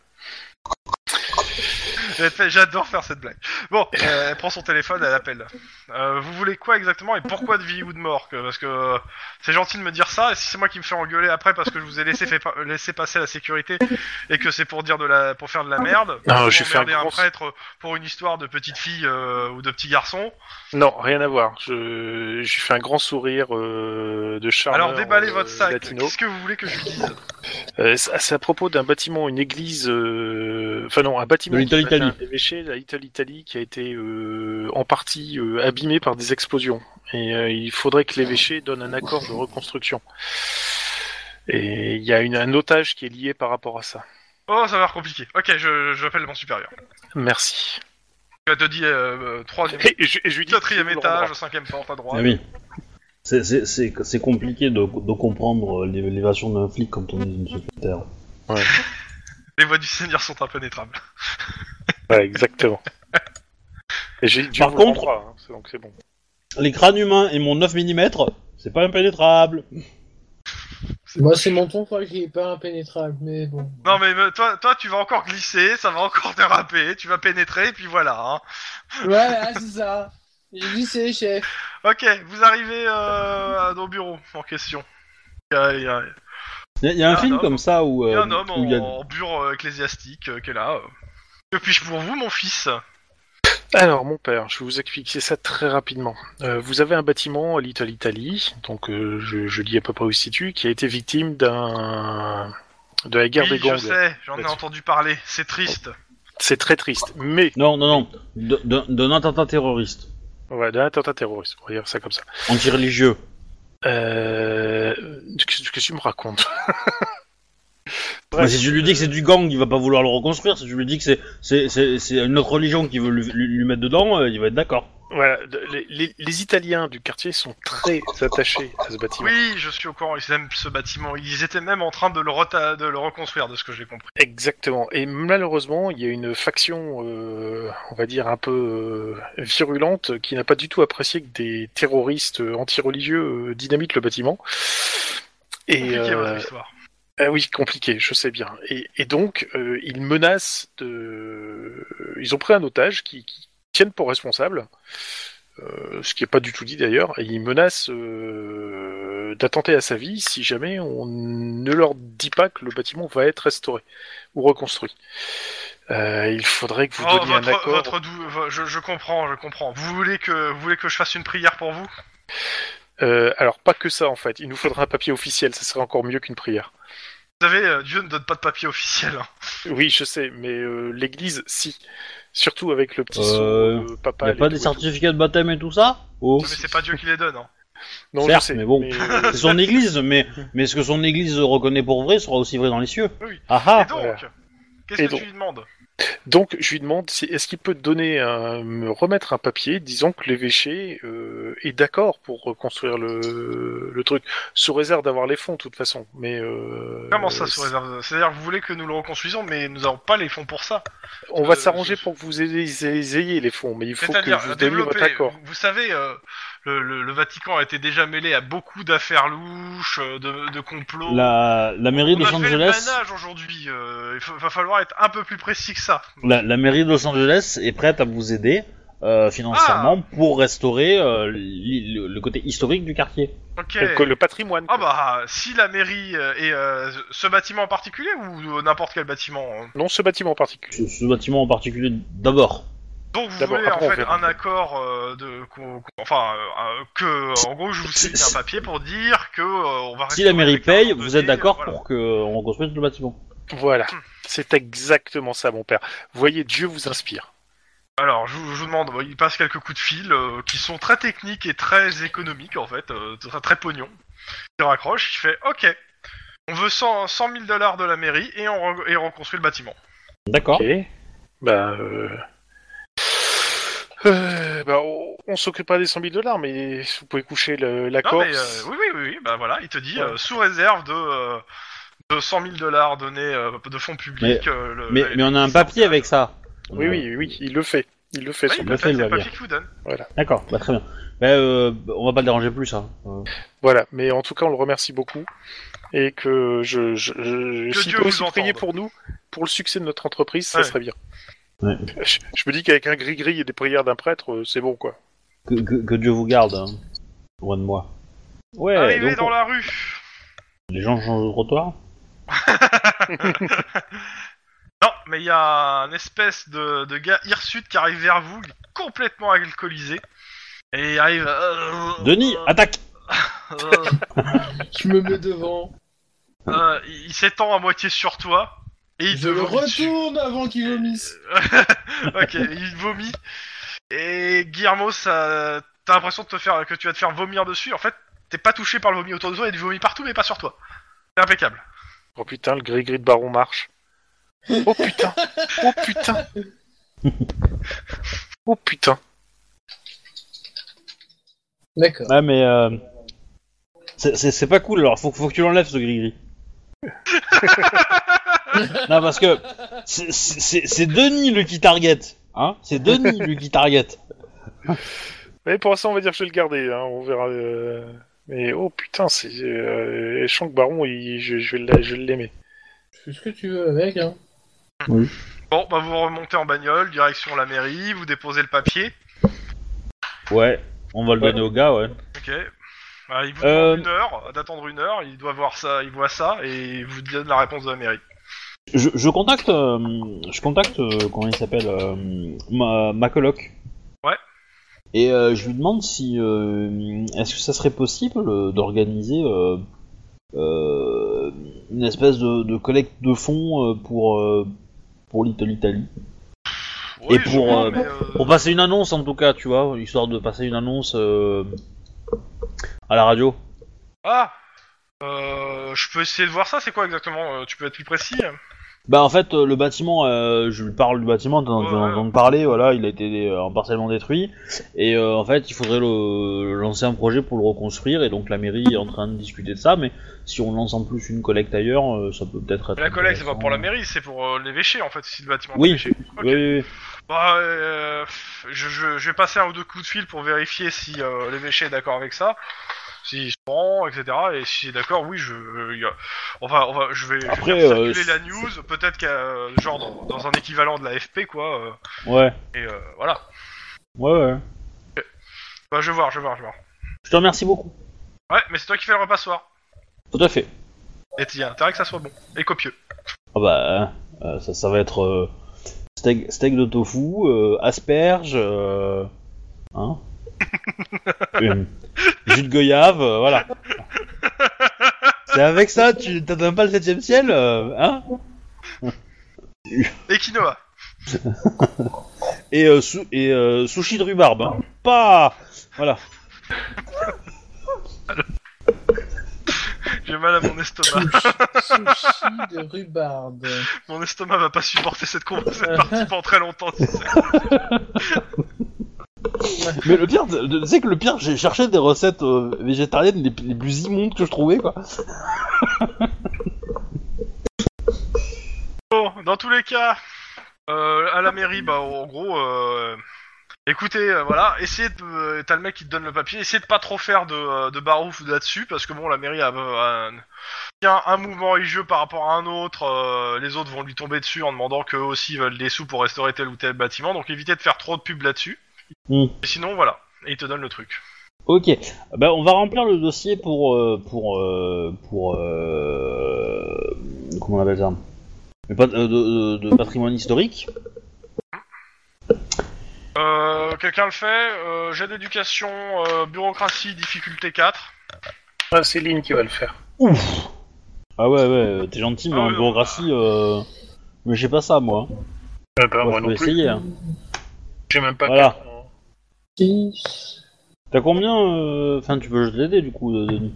Elle te fait- J'adore faire cette blague. Bon, euh, elle prend son téléphone, elle appelle. Euh, vous voulez quoi exactement et pourquoi de vie ou de mort que- Parce que euh, c'est gentil de me dire ça, et si c'est moi qui me fais engueuler après parce que je vous ai laissé, fait pa- laissé passer la sécurité et que c'est pour dire de la, pour faire de la merde,
Non,
pour
Ah, j'ai fait un
emmerder un
grand-
prêtre pour une histoire de petite fille euh, ou de petit garçon,
Non, rien à voir. Je, je fais un grand sourire euh, de charme.
alors déballez votre sac. Qu'est-ce que vous voulez que je vous dise
c'est à propos d'un bâtiment, une église. euh, Enfin, non, un bâtiment.
De Little
qui appartient
Italy.
à un évêché, la Little Italy, qui a été euh, en partie euh, abîmée par des explosions. Et euh, il faudrait que l'évêché donne un accord de reconstruction. Et il y a une, un otage qui est lié par rapport à ça.
Oh, ça va être compliqué. Ok, je, je appelle mon supérieur.
Merci.
Je te dis euh, euh, troisième,
Et je, et je lui dis.
quatrième
qu'il me le
étage,
rendra.
cinquième porte à droite.
Ah oui. C'est- C'est c'est- c'est compliqué de, de comprendre l'élévation d'un flic quand on est une secrétaire.
Les voies du Seigneur sont impénétrables.
Ouais, exactement. Et j'ai dit, Dieu
Par
vous le
contre-
rendra, hein, donc c'est bon.
Les crânes humains et mon 9 mm, c'est pas impénétrable.
Moi, c'est mon ton, quoi, qui est pas impénétrable, mais bon.
Non mais euh, toi, toi, tu vas encore glisser, ça va encore déraper, tu vas pénétrer, et puis voilà. hein.
Voilà, ah, c'est ça. J'ai dit, c'est les chefs.
Ok, vous arrivez euh, à nos bureaux en question. Il y a, il y a-
Il y, a un
Ah,
film
non.
comme ça où.
il y a
euh,
un homme en,
où il y a-
en bureau euh, ecclésiastique euh, qui est là. euh. Que puis-je pour vous, mon fils
Alors, mon père, je vais vous expliquer ça très rapidement. Euh, vous avez un bâtiment à Little Italy, donc euh, je, je dis à peu près où il se situe, qui a été victime d'un de la guerre
Oui,
des
je
gangs.
sais, j'en ai
Là-dessus.
entendu parler, c'est triste.
C'est très triste, mais
Non, non, non. de- de- D'un attentat terroriste.
ouais, d'un attentat terroriste, on va dire ça comme ça.
Anti-religieux.
Euh... Qu'est-ce que tu me racontes
Mais si tu lui dis que c'est du gang, il va pas vouloir le reconstruire. Si tu lui dis que c'est- c'est c'est- c'est une autre religion qui veut lui, lui- lui mettre dedans, euh, il va être d'accord.
Voilà, de- les, les- les Italiens du quartier sont très attachés à ce bâtiment.
Oui, je suis au courant, ils aiment ce bâtiment. Ils étaient même en train de le, reta- de le reconstruire, de ce que j'ai compris.
Exactement. Et malheureusement, il y a une faction, euh, on va dire, un peu euh, virulente qui n'a pas du tout apprécié que des terroristes euh, anti-religieux euh, dynamitent le bâtiment. Et,
Compliqué,
euh,
votre histoire.
Ah oui, compliqué, je sais bien. Et, et donc, euh, ils menacent de... Ils ont pris un otage qui, qui tiennent pour responsable, euh, ce qui n'est pas du tout dit d'ailleurs, et ils menacent euh, d'attenter à sa vie si jamais on ne leur dit pas que le bâtiment va être restauré ou reconstruit. Euh, il faudrait que vous
Oh,
donniez un
votre,
accord.
votre dou- vo- je, je comprends, je comprends. Vous voulez que, vous voulez que je fasse une prière pour vous
Euh, alors, pas que ça, en fait. Il nous faudra un papier officiel, ça serait encore mieux qu'une prière.
Vous savez, euh, Dieu ne donne pas de papier officiel. hein.
Oui, je sais, mais euh, l'église, si. Surtout avec le petit sceau,
Euh,
euh, papa.
Y a
les
pas des
tout et tout.
certificats de baptême et tout ça Oh.
Mais c'est pas Dieu qui les donne. hein.
Non,
Certes,
je sais,
mais bon. C'est
euh,
son église, mais, mais ce que son église reconnaît pour vrai sera aussi vrai dans les cieux.
Oui.
Ah ah
Et donc,
voilà.
qu'est-ce
Et
que
donc. euh,
tu lui demandes
donc, je lui demande si, est-ce qu'il peut donner un- me remettre un papier disant que l'évêché euh, est d'accord pour reconstruire le, le truc, sous réserve d'avoir les fonds, de toute façon. Mais euh,
Comment ça sous réserve C'est-à-dire, que vous voulez que nous le reconstruisons, mais nous n'avons pas les fonds pour ça.
On va
Euh,
s'arranger
je-
pour que vous ayez, ayez- ayez les fonds, mais il faut que
C'est-à-dire,
vous donniez votre
développer.
accord.
Vous savez, euh, le, le- le Vatican a été déjà mêlé à beaucoup d'affaires louches, euh, de, de complots.
La, la mairie de
On a
Los
fait
Angeles,
le manage aujourd'hui. euh, il fa- va falloir être un peu plus précis que ça.
la, la mairie de Los Angeles est prête à vous aider euh, financièrement
Ah.
pour restaurer euh, l'i- le, le côté historique du quartier.
Ok.
Donc, le patrimoine.
Ah bah, si la mairie euh, et euh, ce bâtiment en particulier ou n'importe quel bâtiment. hein.
Non, ce bâtiment en particulier.
Ce, ce bâtiment en particulier d'abord.
Donc vous
D'abord,
voulez
après,
en
on
fait
verra.
un accord euh, de, qu'on- qu'on- enfin, euh, euh, que en gros je vous
Si-
signe
si-
un papier pour dire que euh, on va.
Si la
restaurer
mairie
avec un
paye,
nom
vous
donné,
êtes d'accord
voilà.
pour qu'on reconstruise le bâtiment.
Voilà.
Hmm.
C'est exactement ça, mon père. Voyez, Dieu vous inspire.
Alors, je vous, je vous demande, il passe quelques coups de fil euh, qui sont très techniques et très économiques en fait, euh, très, très pognon. Il raccroche, il fait OK. On veut 100, 100 000 dollars de la mairie et on, re- et on reconstruit le bâtiment.
D'accord.
Ok. Bah, euh... euh, bah, on, on s'occupe pas des 100 000 dollars, mais vous pouvez coucher le-
Non,
l'accord.
mais, euh, oui, oui, oui, oui, bah voilà, il te dit
Ouais.
euh, sous réserve de, euh, de 100 000 dollars donnés euh, de fonds publics. euh, le-
Mais,
le-
mais on a un papier avec ça.
Oui, oui, oui, il le fait. Il le fait.
euh, Oui,
son-
le
peut-être,
fait, il
c'est
va
le
bien.
papier qu'il vous donne.
D'accord, bah, très bien. Bah, euh, on va pas le déranger plus, hein. Euh,
Voilà, mais en tout cas, on le remercie beaucoup. Et que je. je, je
Que
s'il
Dieu
peut
vous
aussi prier
entende.
pour nous, pour le succès de notre entreprise, ça
Ouais.
serait bien.
Ouais.
Je, je me dis qu'avec un gris-gris et des prières d'un prêtre, euh, c'est bon, quoi.
que, que- que Dieu vous garde, hein. loin de moi. Ouais,
Arrivé
donc,
dans
on-
la rue.
les gens changent de trottoir.
Non, mais il y a un espèce de, de gars hirsute qui arrive vers vous, il est complètement alcoolisé. Et il arrive. euh,
Denis,
euh,
attaque
euh,
Je me mets devant.
euh, il il s'étend à moitié sur toi. Et il te
Je le
vomit dessus.
retourne avant qu'il vomisse.
ok, il vomit. Et Guillermo, ça, t'as l'impression de te faire, que tu vas te faire vomir dessus. En fait, t'es pas touché par le vomi autour de toi, il y a du vomi partout, mais pas sur toi. C'est impeccable.
Oh putain, le gris-gris de Baron marche. Oh putain Oh putain Oh putain
D'accord.
Ouais, mais euh, c'est- c'est c'est pas cool. Alors, faut, faut que tu l'enlèves ce gris-gris. non, parce que c'est- c'est c'est Denis le qui target, hein C'est Denis le qui target.
Mais pour l'instant, on va dire que je vais le garder, hein, on verra. euh, Mais oh putain, c'est. euh, Je sens que Baron, il- je, je vais l'a- je vais l'aimer.
Tu fais ce que tu veux avec, hein.
Bon, bah vous remontez en bagnole, direction la mairie, vous déposez le papier.
Ouais, on va le donner au gars, ouais.
Ok. Bah, il vous
Euh.
demande une heure, d'attendre une heure, il doit voir ça, il voit ça, et il vous donne la réponse de la mairie.
Je, je contacte, euh, je contacte, euh, comment il s'appelle, euh, ma, ma coloc.
Ouais.
Et euh, je lui demande si, euh, est-ce que ça serait possible euh, d'organiser euh, euh, une espèce de, de collecte de fonds euh, pour euh, pour Little Italy.
Oui,
Et pour,
je vois,
euh,
mais, euh,
Pour passer une annonce en tout cas, tu vois, histoire de passer une annonce euh, à la radio.
Ah Euh, Je peux essayer de voir ça, c'est quoi exactement Euh, Tu peux être plus précis
Bah en fait euh, le bâtiment, euh, je lui parle du bâtiment, t'en
Ouais,
t'en-
ouais.
t'en parler, voilà, il a été euh, partiellement détruit et euh, en fait il faudrait le, lancer un projet pour le reconstruire et donc la mairie est en train de discuter de ça, mais si on lance en plus une collecte ailleurs, euh, ça peut peut-être être.
La collecte, c'est pas
intéressant.
pour la mairie, c'est pour euh, l'évêché en fait, si le bâtiment
Oui.
est léché. Ok.
Oui, oui, oui.
Bah, euh, pff, je, je- je vais passer un ou deux coups de fil pour vérifier si euh, l'évêché est d'accord avec ça, s'il se prend, etc. Et si est d'accord, oui, je, il y a- enfin, enfin, je vais, je vais
Après,
faire
euh,
circuler
c'est-
la news, peut-être qu'à euh, genre dans, dans un équivalent de la FP quoi. euh,
Ouais,
et euh, voilà.
ouais, ouais.
Bah, je vais voir, je vais voir, je vais voir.
Je te remercie beaucoup.
Ouais, mais c'est toi qui fais le repas ce soir.
Tout à fait.
Et t'y as intérêt que ça soit bon et copieux.
Ah bah, euh, ça, ça va être euh, steak, steak de tofu, euh, asperges, euh, hein Euh, jus de goyave, euh, voilà. C'est avec ça, tu t'atteins pas le 7 ciel, euh, hein
Et quinoa.
Et, euh, sou- et euh, sushi de rhubarbe, hein. Pas Voilà.
J'ai mal à mon estomac.
Sushi de rhubarbe.
mon estomac va pas supporter cette, con- cette partie pendant très longtemps. tu sais.
Mais le pire, de- de- tu sais que le pire, j'ai cherché des recettes euh, végétariennes les, les plus immondes que je trouvais, quoi.
Bon, dans tous les cas, euh, à la mairie, bah, en gros, euh, écoutez, euh, voilà, essayez de. euh, T'as le mec qui te donne le papier, essayez de pas trop faire de, euh, de barouf là-dessus, parce que bon, la mairie a. euh, un- Tiens, un mouvement religieux par rapport à un autre, euh, les autres vont lui tomber dessus en demandant qu'eux aussi veulent des sous pour restaurer tel ou tel bâtiment, donc évitez de faire trop de pub là-dessus.
Mm.
Et sinon, voilà, et il te donne le truc.
Ok, bah, on va remplir le dossier pour euh, pour euh, pour euh, comment on appelle ça Le pat- euh, de, de- de patrimoine historique.
Euh, quelqu'un le fait, euh, jet d'éducation, euh, bureaucratie, difficulté 4.
Ah, c'est Lynn qui va le faire.
Ouf. Ah ouais ouais, euh, t'es gentil mais
Ah
en
ouais,
bureaucratie, euh, mais j'ai pas ça moi.
Ah, bah, moi
Moi, je peux
non plus.
essayer. hein.
J'ai même pas.
Voilà.
quatre hein. ans.
Qui
T'as combien euh, Enfin, tu peux l'aider du coup, euh, Denis.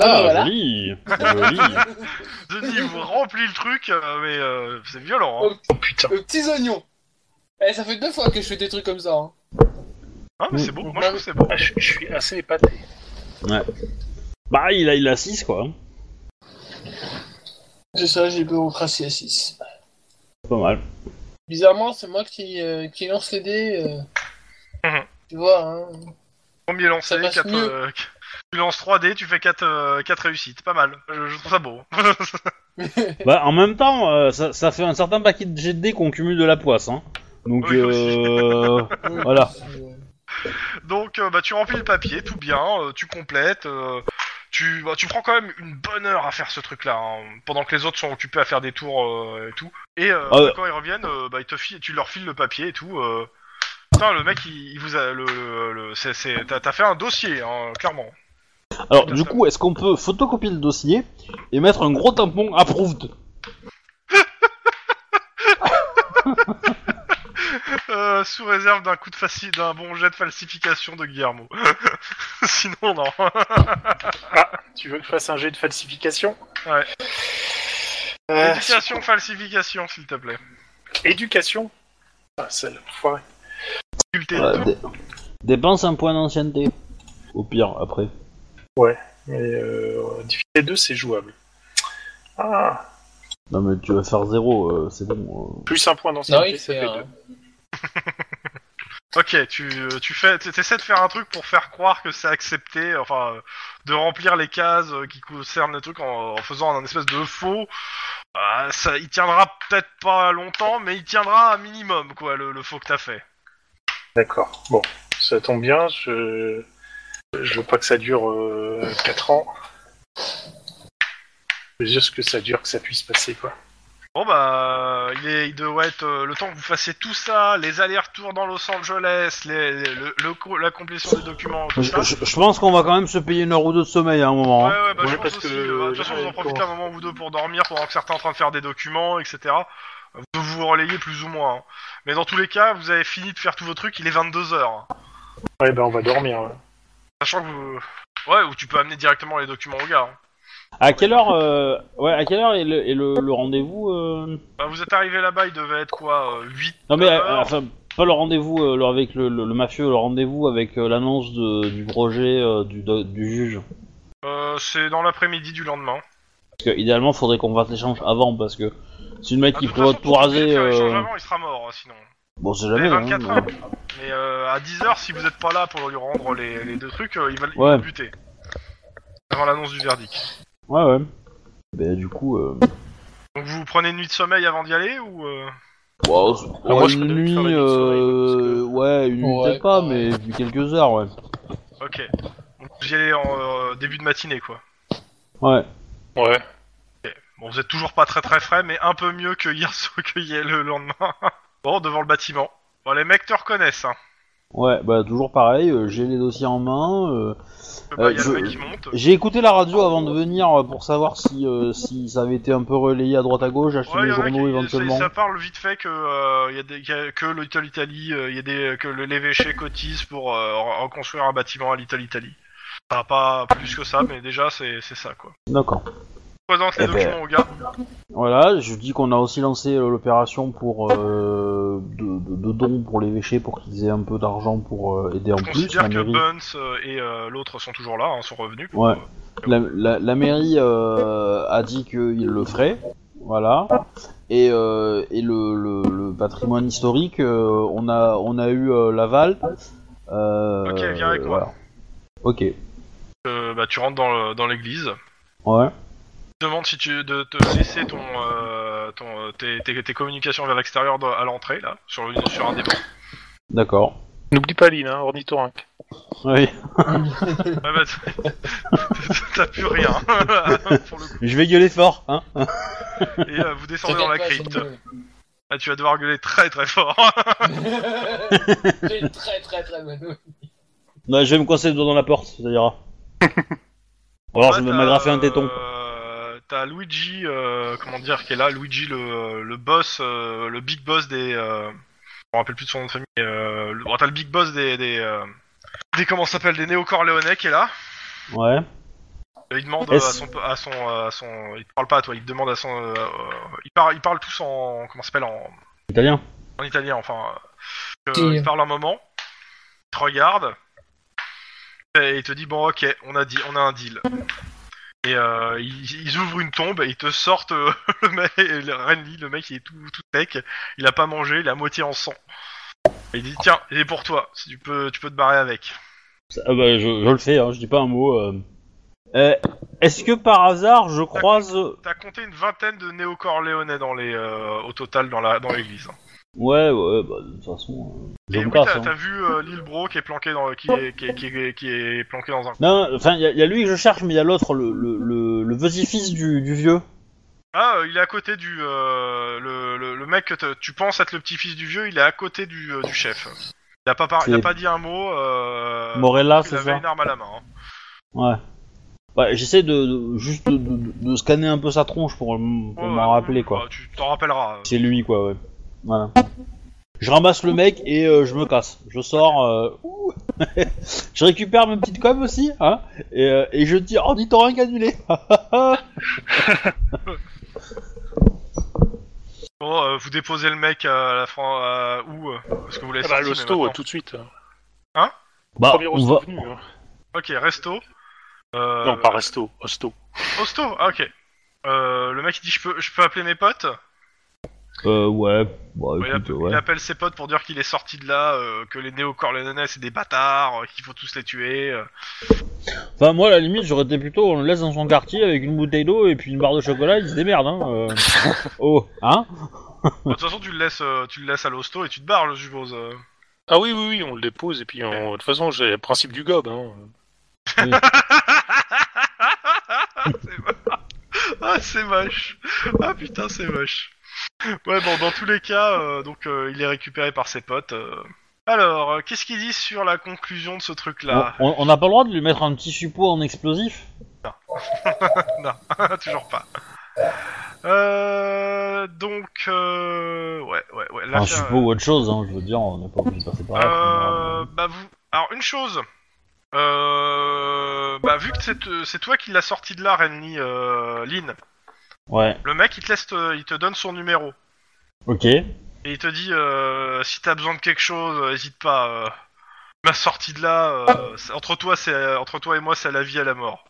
Ah, voilà.
joli, joli.
Denis il vous remplit le truc, euh, mais euh, c'est violent. Hein.
Oh putain.
Le Euh, petits oignons. Eh, ça fait deux fois que je fais des trucs comme ça. Hein.
Hein, mais c'est beau, moi je trouve que c'est beau.
Ah, je, je suis assez épaté.
Bah il a il a 6 quoi, hein.
C'est ça, j'ai bureaucratie à 6.
pas mal.
Bizarrement, c'est moi qui, euh, qui lance les dés. euh.
Mhm.
Tu vois, hein.
Premier lancé,
Ça passe
quatre,
mieux.
euh, qu- tu lances 3D, tu fais 4, réussites, pas mal. Je, je trouve ça beau.
Bah en même temps, euh, ça, ça fait un certain paquet de GD qu'on cumule de la poisse, hein. Donc
Oui, aussi.
euh, voilà.
Euh,
Donc euh, bah, tu remplis le papier, tout bien, euh, tu complètes. euh, tu, bah, tu prends quand même une bonne heure à faire ce truc-là, hein, pendant que les autres sont occupés à faire des tours euh, et tout. Et euh,
Ah ouais.
quand ils reviennent, euh, bah, ils te filent, tu leur files le papier et tout. euh. Putain, le mec, il, il vous a. Le, le- le- c'est- c'est- t'as, t'as fait un dossier, hein, clairement.
Alors,
Tout à
du
fait.
coup, est-ce qu'on peut photocopier le dossier et mettre un gros tampon approved
Euh, sous réserve d'un coup de faci- d'un bon jet de falsification de Guillermo. Sinon, non.
Tu veux que je fasse un jet de falsification
Ouais.
Euh,
Éducation, falsification, s'il te plaît.
Éducation Ah, c'est l'enfoiré.
Faculté
Euh,
de-
dé- Dépense un point d'ancienneté. Au pire, après.
Mais euh, difficulté 2, c'est jouable. Ah
Non, mais tu vas faire zéro, euh, c'est bon.
Plus Ah un point
Non,
d'ancienneté,
il
ça
fait
fait
un.
deux.
Ok, tu, euh, tu fais, tu- t'essaies de faire un truc pour faire croire que c'est accepté, enfin, euh, de remplir les cases euh, qui concernent le truc en, en faisant un espèce de faux. Euh, ça, il tiendra peut-être pas longtemps, mais il tiendra un minimum, quoi, le, le faux que t'as fait.
D'accord. Bon, ça tombe bien. Je, je veux pas que ça dure euh, 4 ans. Je veux juste que ça dure, que ça puisse passer, quoi.
Bon bah, il, est, il devrait être euh, le temps que vous fassiez tout ça, les allers-retours dans Los Angeles, les, les- le, le co- la complétion des documents,
euh.
tout ça.
Je, je- je pense qu'on va quand même se payer une heure ou deux de sommeil à un moment.
Ouais,
hein.
ouais, bah,
Ouais,
je pense
parce
aussi.
que,
euh, de toute façon,
là,
vous en
il
profitez un
commence.
moment ou deux pour dormir pendant que certains sont en train de faire des documents, etc. Vous vous relayez plus ou moins. hein. Mais dans tous les cas, vous avez fini de faire tous vos trucs, il est 22h.
Ouais, ben on va dormir. ouais.
Sachant que vous... Ouais, ou tu peux amener directement les documents au gars. hein.
À quelle heure, euh, ouais, à quelle heure est le, est le- le rendez-vous euh
Bah, vous êtes arrivé là-bas, il devait être quoi 8
Non mais euh, enfin, pas le rendez-vous euh, le- avec le, le- le mafieux, le rendez-vous avec euh, l'annonce de- du projet euh, du, do- du juge.
Euh, C'est dans l'après-midi du lendemain.
Parce que idéalement, faudrait qu'on fasse l'échange avant parce que si le mec
Ah, de
il
toute
prévoit de
façon,
tout
quand vous voulez
raser,
faire l'échange
euh,
avant, il sera mort, hein, sinon.
bon c'est
Vous avez
jamais. hein,
24
mais-
heures. Mais euh, à 10h, si vous n'êtes pas là pour lui rendre les, les deux trucs, euh, il va il
Ouais.
va le buter. Avant l'annonce du verdict.
Ouais ouais. Bah du coup, euh...
Donc vous prenez une nuit de sommeil avant d'y aller ou euh,
bon, c'est-
Ah, moi,
ouais,
je serais de
une nuit,
faire la nuit de soleil,
euh, ouais, une nuit
Ouais,
peut-être pas,
ouais.
mais quelques heures, ouais.
Ok. Donc vous y allez en euh, début de matinée quoi.
Ouais.
Ouais.
Bon, vous êtes toujours pas très très frais, mais un peu mieux que hier soir que hier le lendemain. bon, devant le bâtiment. Bon, les mecs te reconnaissent. Hein.
Ouais, bah toujours pareil, euh, j'ai les dossiers en main. euh,
Bah, Il y
Euh,
a
je-
le mec qui monte.
J'ai écouté la radio avant de venir euh, pour savoir si, euh, si ça avait été un peu relayé à droite à gauche, j'ai acheté
Ouais,
les
y en a
journaux
qui-
éventuellement.
Ça, ça parle vite fait que euh, y a des, y a que le Little Italy, euh, y a des que le- l'évêché cotise pour euh, re- reconstruire un bâtiment à Little Italy. Enfin, pas plus que ça, mais déjà c'est c'est ça quoi.
D'accord.
Je Présente les
Eh ben.
documents au gars.
Voilà, je dis qu'on a aussi lancé euh, l'opération pour euh, de, de- de dons pour l'évêché pour qu'ils aient un peu d'argent pour euh, aider en
Je
plus.
considère
La
que
mairie,
Buns euh, et euh, l'autre sont toujours là, hein, sont revenus.
Ouais. la, la- la mairie euh, a dit qu'il le ferait. Voilà. Et, euh, et le, le- le patrimoine historique, euh, on, a, on a eu euh, l'aval. Euh,
Ok, viens avec moi.
voilà. Ok,
Euh, bah, tu rentres dans le- dans l'église.
ouais.
demande si tu de te laisser ton, euh, ton euh, tes, tes, tes communications vers l'extérieur dans- à l'entrée là sur le, sur un des bancs.
D'accord.
N'oublie pas Lynn, hein, ornithorynque.
Oui.
Ouais, bah, t- t'as plus rien hein, pour le coup.
Je vais gueuler fort, hein
Et euh, vous descendez dans
T'inquiète
la
pas,
crypte.
c'est bon.
Ah, tu vas devoir gueuler très très fort.
J'ai une très très très bonne nouvelle.
Non, Bah, je vais me coincer le doigt dans la porte, ça ira. Ou alors je vais
Là,
m'agrafer un
t'as,
téton.
euh, T'as Luigi, euh, comment dire, qui est là. Luigi, le, le boss, euh, le big boss des. euh, je me rappelle plus de son nom de famille. Euh, le- bon, t'as le big boss des des, euh, des comment ça s'appelle des néo-corléonais qui est là.
Ouais.
Il demande
Est-ce-
à son, à son, à son, il te parle pas à toi. Il te demande à son, euh, euh, il parle, il parle tous en, comment ça s'appelle en,
Italien.
en italien. Enfin, euh, que-
Si.
il parle un moment, il te regarde et il te dit bon ok, on a dit, on a un deal. Et euh, ils, ils ouvrent une tombe et ils te sortent euh, le mec, le Renly, le mec il est tout, tout sec, il a pas mangé, il est à moitié en sang. Et il dit tiens, il est pour toi, si tu peux, tu peux te barrer avec.
Ça- ah bah, je, je le fais, hein, je dis pas un mot. euh. Euh, Est-ce que par hasard je croise.
T'as compté une vingtaine de néo-corléonais dans les, euh, au total dans la, dans l'église. hein.
Ouais, ouais, bah, de toute façon. euh, je
Et oui,
me casse.
t'as
hein.
t'as vu euh, Lil Bro qui est planqué dans qui est, qui est, qui est- qui est planqué dans un.
Non, enfin, il y, a- y a lui que je cherche, mais il y a l'autre, le, le, le, le petit-fils du, du vieux.
Ah, euh, il est à côté du euh, le, le, le mec que te- tu penses être le petit-fils du vieux, il est à côté du, euh, du chef. Il a pas par- il a
C'est-
pas dit un mot. Euh,
Morella,
il
c'est
avait
ça
une arme à la main. hein.
Ouais. Ouais, J'essaie de, de- juste de, de- de scanner un peu sa tronche pour, m- pour
Ouais,
m'en
ouais,
rappeler,
ouais,
quoi.
bah, tu t'en rappelleras.
C'est lui, quoi, ouais. Voilà. Je ramasse le mec et euh, je me casse. Je sors. euh, ouh. je récupère mes petites com aussi, hein, et, euh, et je dis Oh, dit rien annulé
Bon, euh, vous déposez le mec à la France où euh, Parce que vous l'avez
Ah bah,
sorti, mais
l'hosto,
maintenant-
euh, tout de suite.
Bah,
Premier
on
hosto
va.
venu. hein.
Ok, resto. Euh,
Non, pas resto, hosto.
Hosto, ah, ok. Euh, le mec il dit je peux, je peux appeler mes potes.
Euh, ouais, bah
Ouais,
écoute,
il, app-
ouais.
il appelle ses potes pour dire qu'il est sorti de là, euh, que les néo corléonais c'est des bâtards, euh, qu'il faut tous les tuer. euh.
Enfin, moi, à la limite, j'aurais été plutôt on le laisse dans son quartier avec une bouteille d'eau et puis une barre de chocolat, il se démerde, hein. euh. oh, hein
Bah, De toute façon, tu le laisses, euh, tu le laisses à l'hosto et tu te barres, je suppose. euh.
Ah oui, oui, oui, on le dépose et puis on... de toute façon, j'ai le principe du gob. Hein.
C'est moche. Ah, c'est moche. Ah putain, c'est moche. Ouais, bon, dans tous les cas, euh, donc euh, il est récupéré par ses potes. euh. Alors, euh, qu'est-ce qu'ils disent sur la conclusion de ce truc-là
On on n'a pas le droit de lui mettre un petit suppôt en explosif
Toujours pas. Euh, donc, euh, ouais, ouais, euh, ouais.
Un
l'affaire-
suppôt ou autre chose, hein, je veux dire, on n'est pas obligé de passer par là.
Euh, bah vous. Alors une chose, Euh, bah, vu que c'est te- c'est toi qui l'as sorti de là, Renly, euh, Lynn,
Ouais,
le mec, il te, laisse te- il te donne son numéro.
ok.
Et il te dit, euh, si t'as besoin de quelque chose, euh, hésite pas. euh, ma sortie de là, euh, c'est- entre, toi, c'est- euh, entre toi et moi, c'est à la vie à la mort.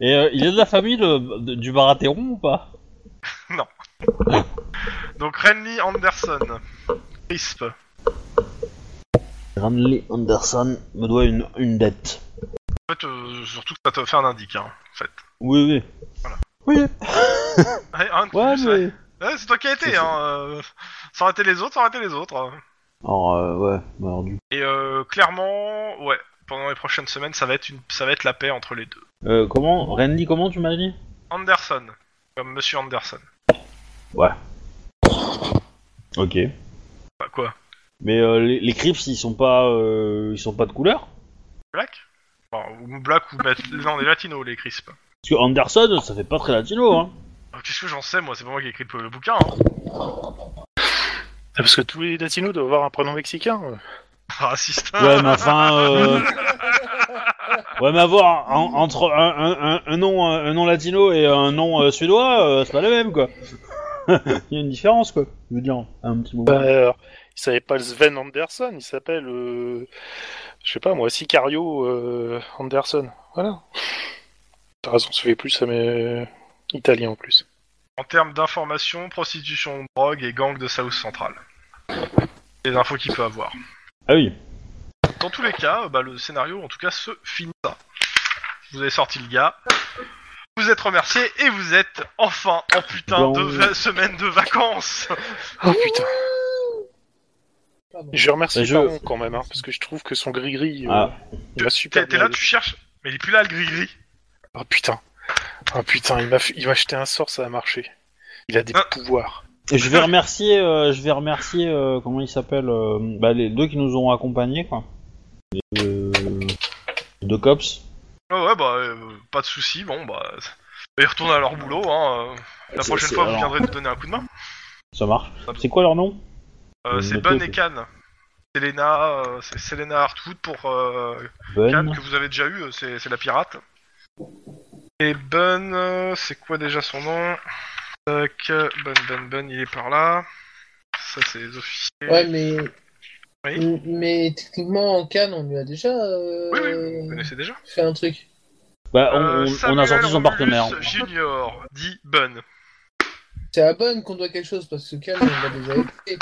Et euh, il est de la famille de- de- du Baratheon ou pas
Donc, Renly Anderson. Crisp.
Randy Anderson me doit une, une dette.
En fait, euh, surtout que ça te fait un indique, hein, en fait.
Oui, oui.
Voilà.
Oui,
Ouais, un de
ouais,
plus,
mais...
ouais. Ouais, c'est toi qui as été,
C'est-
hein. euh, ça aurait été les autres, ça aurait été les autres. hein.
Alors, euh, ouais, bah, alors, du
Et euh, clairement, ouais, pendant les prochaines semaines, ça va être une, ça va être la paix entre les deux.
Euh, comment Randy, comment tu m'as dit
Anderson, comme Monsieur Anderson.
Ok.
Bah quoi
Mais euh, les, les Crips, ils sont pas, euh, ils sont pas de couleur
Black Enfin, ou Black ou mat- non, les latinos, les crisp.
Parce que Anderson, ça fait pas très latino, hein.
Ah, Qu'est-ce que j'en sais, moi C'est pas moi qui ai écrit le, le bouquin. Hein.
Ah, Parce que tous les latinos doivent avoir un prénom mexicain. euh.
Raciste.
Ouais, mais enfin. Euh... Ouais, mais avoir en- entre un, un, un, un nom, euh, un nom latino et un nom euh, suédois, euh, c'est pas le même, quoi. Il y a une différence, quoi. Je veux dire, un petit moment.
Bah, alors, il s'appelle pas Sven Anderson, il s'appelle, euh, je sais pas moi, Sicario euh, Anderson. Voilà. T'as raison, ça fait plus, ça met italien en plus.
En termes d'informations, prostitution, drogue et gang de South Central. Les infos qu'il peut avoir.
Ah oui.
Dans tous les cas, euh, bah, le scénario, en tout cas, se finit là. Vous avez sorti le gars. Vous êtes remercié et vous êtes enfin en putain
Dans-
de va- semaine de vacances.
Oh putain.
Pardon.
Je remercie
Bah, je-
Baron quand même, hein, parce que je trouve que son gris-gris, euh,
Ah.
il m'a super
T'es t'es
bien
là,
aidé.
tu cherches, mais il est plus là le gris gris.
Oh putain. Oh putain, il m'a f- il m'a jeté un sort, ça a marché. Il a des
Ah.
pouvoirs.
Et je vais remercier, euh, je vais remercier, euh, comment il s'appelle euh, bah, Les deux qui nous ont accompagnés, quoi. Les deux, les deux cops.
Ouais, ouais, bah euh, pas de souci. Bon, bah ils retournent à leur boulot. Hein. euh. La
C'est-
prochaine
c'est-
fois, vous
alors,
viendrez nous donner un coup de main.
Ça marche. C'est quoi leur nom
Euh,
Euh,
c'est
notez,
Bun
c'est-
et Can. Selena, euh, c'est Selena Hartwood pour euh, Can
Ben.
que vous avez déjà eu. euh, C'est c'est la pirate. Et Bun, euh, c'est quoi déjà son nom Tac, Bun, Bun, Bun, il est par là. Ça, c'est les officiers.
Ouais, mais.
Oui.
M- Mais techniquement, en Cannes, on lui a déjà euh,
Oui, oui, vous connaissez déjà.
fait un truc.
Bah, on,
Euh,
on- on a
Samuel
sorti son partenaire.
Romulus Junior, dit Ben. Bun.
C'est à Bonne qu'on doit quelque chose parce que Cannes, on l'a déjà été.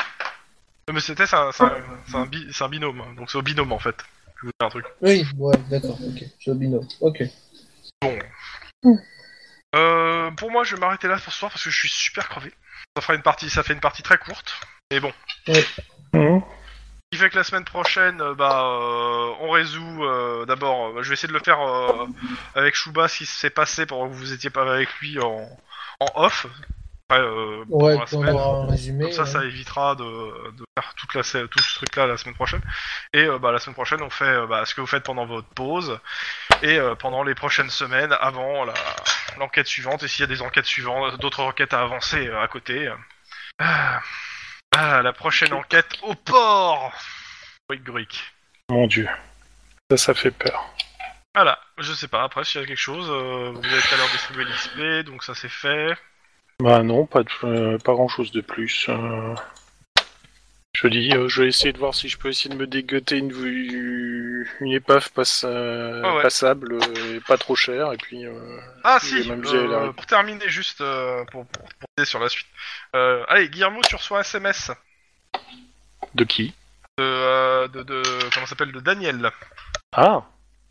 Euh, Mais c'était c'est un, c'est un, c'est un bi- c'est un binôme, hein. donc c'est au binôme en fait. Je vous dis un truc.
Oui, ouais, d'accord, ok. Je suis au binôme. Ok.
Euh, pour moi, je vais m'arrêter là pour ce soir parce que je suis super crevé. Ça fera une partie, ça fait une partie très courte, mais bon.
Mhm.
Ce qui fait que la semaine prochaine, euh, bah, euh, on résout euh, d'abord. euh, je vais essayer de le faire euh, avec Chouba si s'est passé pendant que vous étiez pas avec lui en, en off. Après, euh, pendant
Ouais,
la
puis on
semaine.
aura un résumé.
Comme ça,
ouais.
ça évitera de, de faire toute la, sé- tout ce truc-là la semaine prochaine. Et euh, bah, la semaine prochaine, on fait euh, bah, ce que vous faites pendant votre pause et euh, pendant les prochaines semaines avant la- l'enquête suivante. Et s'il y a des enquêtes suivantes, d'autres enquêtes à avancer euh, à côté. Ah. Ah, la prochaine enquête au port Gruic, gruic.
Mon dieu. Ça, ça fait peur.
Voilà, je sais pas. Après, s'il y a quelque chose, euh, vous avez tout à l'heure distribué l'XP, donc ça c'est fait.
Bah non, pas, de, euh, pas grand chose de plus. euh. Je dis, euh, je vais essayer de voir si je peux essayer de me dégoter une, une épave passe- euh,
Ah ouais.
passable euh, et pas trop chère. Et puis, euh,
Ah
Je vais
si,
m'amuser,
euh,
là.
pour terminer juste euh, pour pour pour aller sur la suite. Euh, allez, Guillermo, tu reçois un SMS
de qui
de euh, de, de comment ça s'appelle de Daniel.
Ah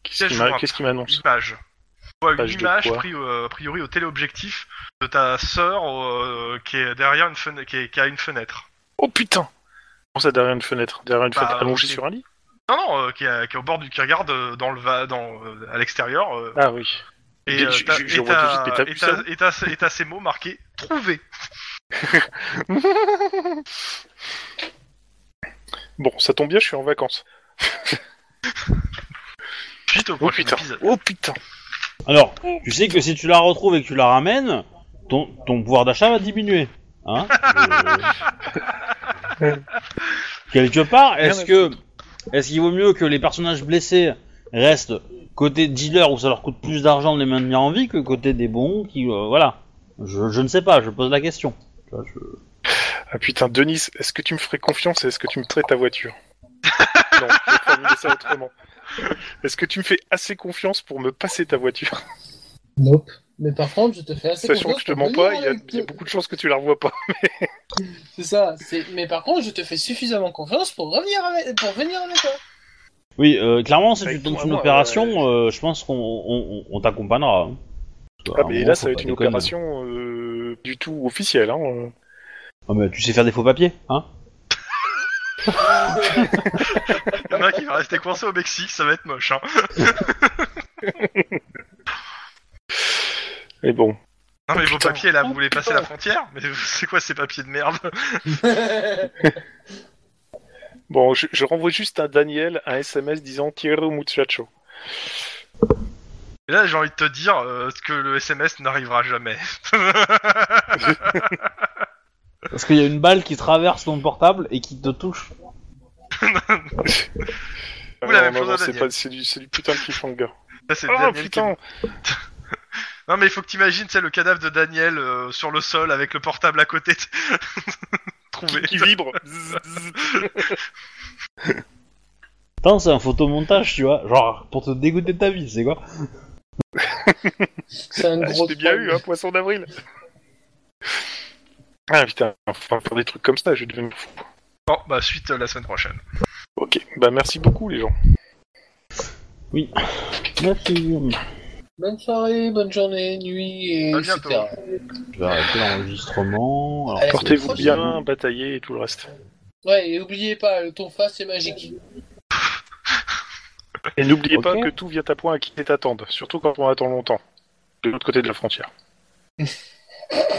Qu'est-ce
Piège
qui m'a-
jointe.
qu'est-ce qui m'annonce
Image. Tu vois,
Page
une
de
image
quoi
pris, euh, a priori au téléobjectif de ta sœur euh, qui est derrière une fenêtre, qui, est- qui a une fenêtre.
Oh putain Comment ça derrière une fenêtre Derrière une
Bah,
fenêtre
euh,
allongée
c'est-
sur un lit
Non non, euh, qui, est, qui est au bord du, qui regarde euh, dans le va, dans euh, à l'extérieur. euh,
Ah oui.
et
je-
euh,
je-
t'as-
je- je
et
vois tout de suite, mais
t'as-
t'as
et
vu ça
t'as- et t'as- et t'as ces mots marqués trouvé.
Bon, ça tombe bien, je suis en vacances.
Suite au
Oh
prochain
putain
épisode.
Oh putain
Alors, tu sais que si tu la retrouves et que tu la ramènes, ton, ton pouvoir d'achat va diminuer. Hein Euh, Quelque part, est-ce que est-ce qu'il vaut mieux que les personnages blessés restent côté dealer où ça leur coûte plus d'argent de les maintenir en vie que côté des bons qui euh, voilà. Je, je ne sais pas, je pose la question. Tu vois, je-
Ah putain, Denis, est-ce que tu me ferais confiance et est-ce que tu me traites ta voiture Non, je vais formuler ça autrement. Est-ce que tu me fais assez confiance pour me passer ta voiture
euh, Nope. Mais par contre, je te fais assez
Sachant
confiance
que je te
pour hein, venir
mens pas, il y, a-
avec-
il y a beaucoup de chances que tu la revois pas.
C'est ça. c'est- Mais par contre, je te fais suffisamment confiance pour revenir avec... pour venir avec toi.
Oui, euh, clairement, si
Bah,
tu
il
tombes
faut
sur une
avoir,
opération, euh, je pense qu'on on, on- on t'accompagnera. hein. Parce qu'à
Ah,
un
mais
moment,
là,
faut
ça va
pas
être une
déconner.
opération euh, du tout officielle. Hein.
Ah, mais tu sais faire des faux papiers, hein
Le mec, il va rester coincé au Mexique, ça va être moche. Hein.
Et bon,
Non, mais vos
putain.
papiers, là, vous
Oh,
voulez passer
putain.
la frontière Mais c'est quoi ces papiers de merde
bon, je, je renvoie juste à Daniel un SMS disant Tiro muchacho.
Et là, j'ai envie de te dire euh, que le SMS n'arrivera jamais.
Parce qu'il y a une balle qui traverse ton portable et qui te touche.
Ou la
Ah,
même
non,
chose
non,
à
c'est
Daniel.
pas- c'est du, c'est du putain de cliffhanger.
Ça, c'est
Oh
Daniel qui-
putain
Non, mais il faut que t'imagines, c'est le cadavre de Daniel euh, sur le sol avec le portable à côté. Trouvé.
Qui vibre Zzz, zzz.
Putain, c'est un photomontage, tu vois. Genre, pour te dégoûter de ta vie, c'est quoi
C'est un
Ah, je
gros.
t'ai bien
troll.
eu, hein, poisson d'avril. Ah putain, enfin faire des trucs comme ça, je vais devenir fou.
Bon, bah, suite euh, la semaine prochaine.
Ok, bah merci beaucoup les gens.
Merci.
hein.
Bonne soirée, bonne journée, nuit, et
À bientôt.
etc.
Je vais arrêter l'enregistrement. Alors,
Allez,
Portez-vous
c'est-
bien, bataillez et tout le reste.
Ouais, et oubliez pas, le tonfa c'est magique.
Et n'oubliez
Ok.
pas que tout vient à point à qui t'attendent, surtout quand on attend longtemps, de l'autre côté de la frontière.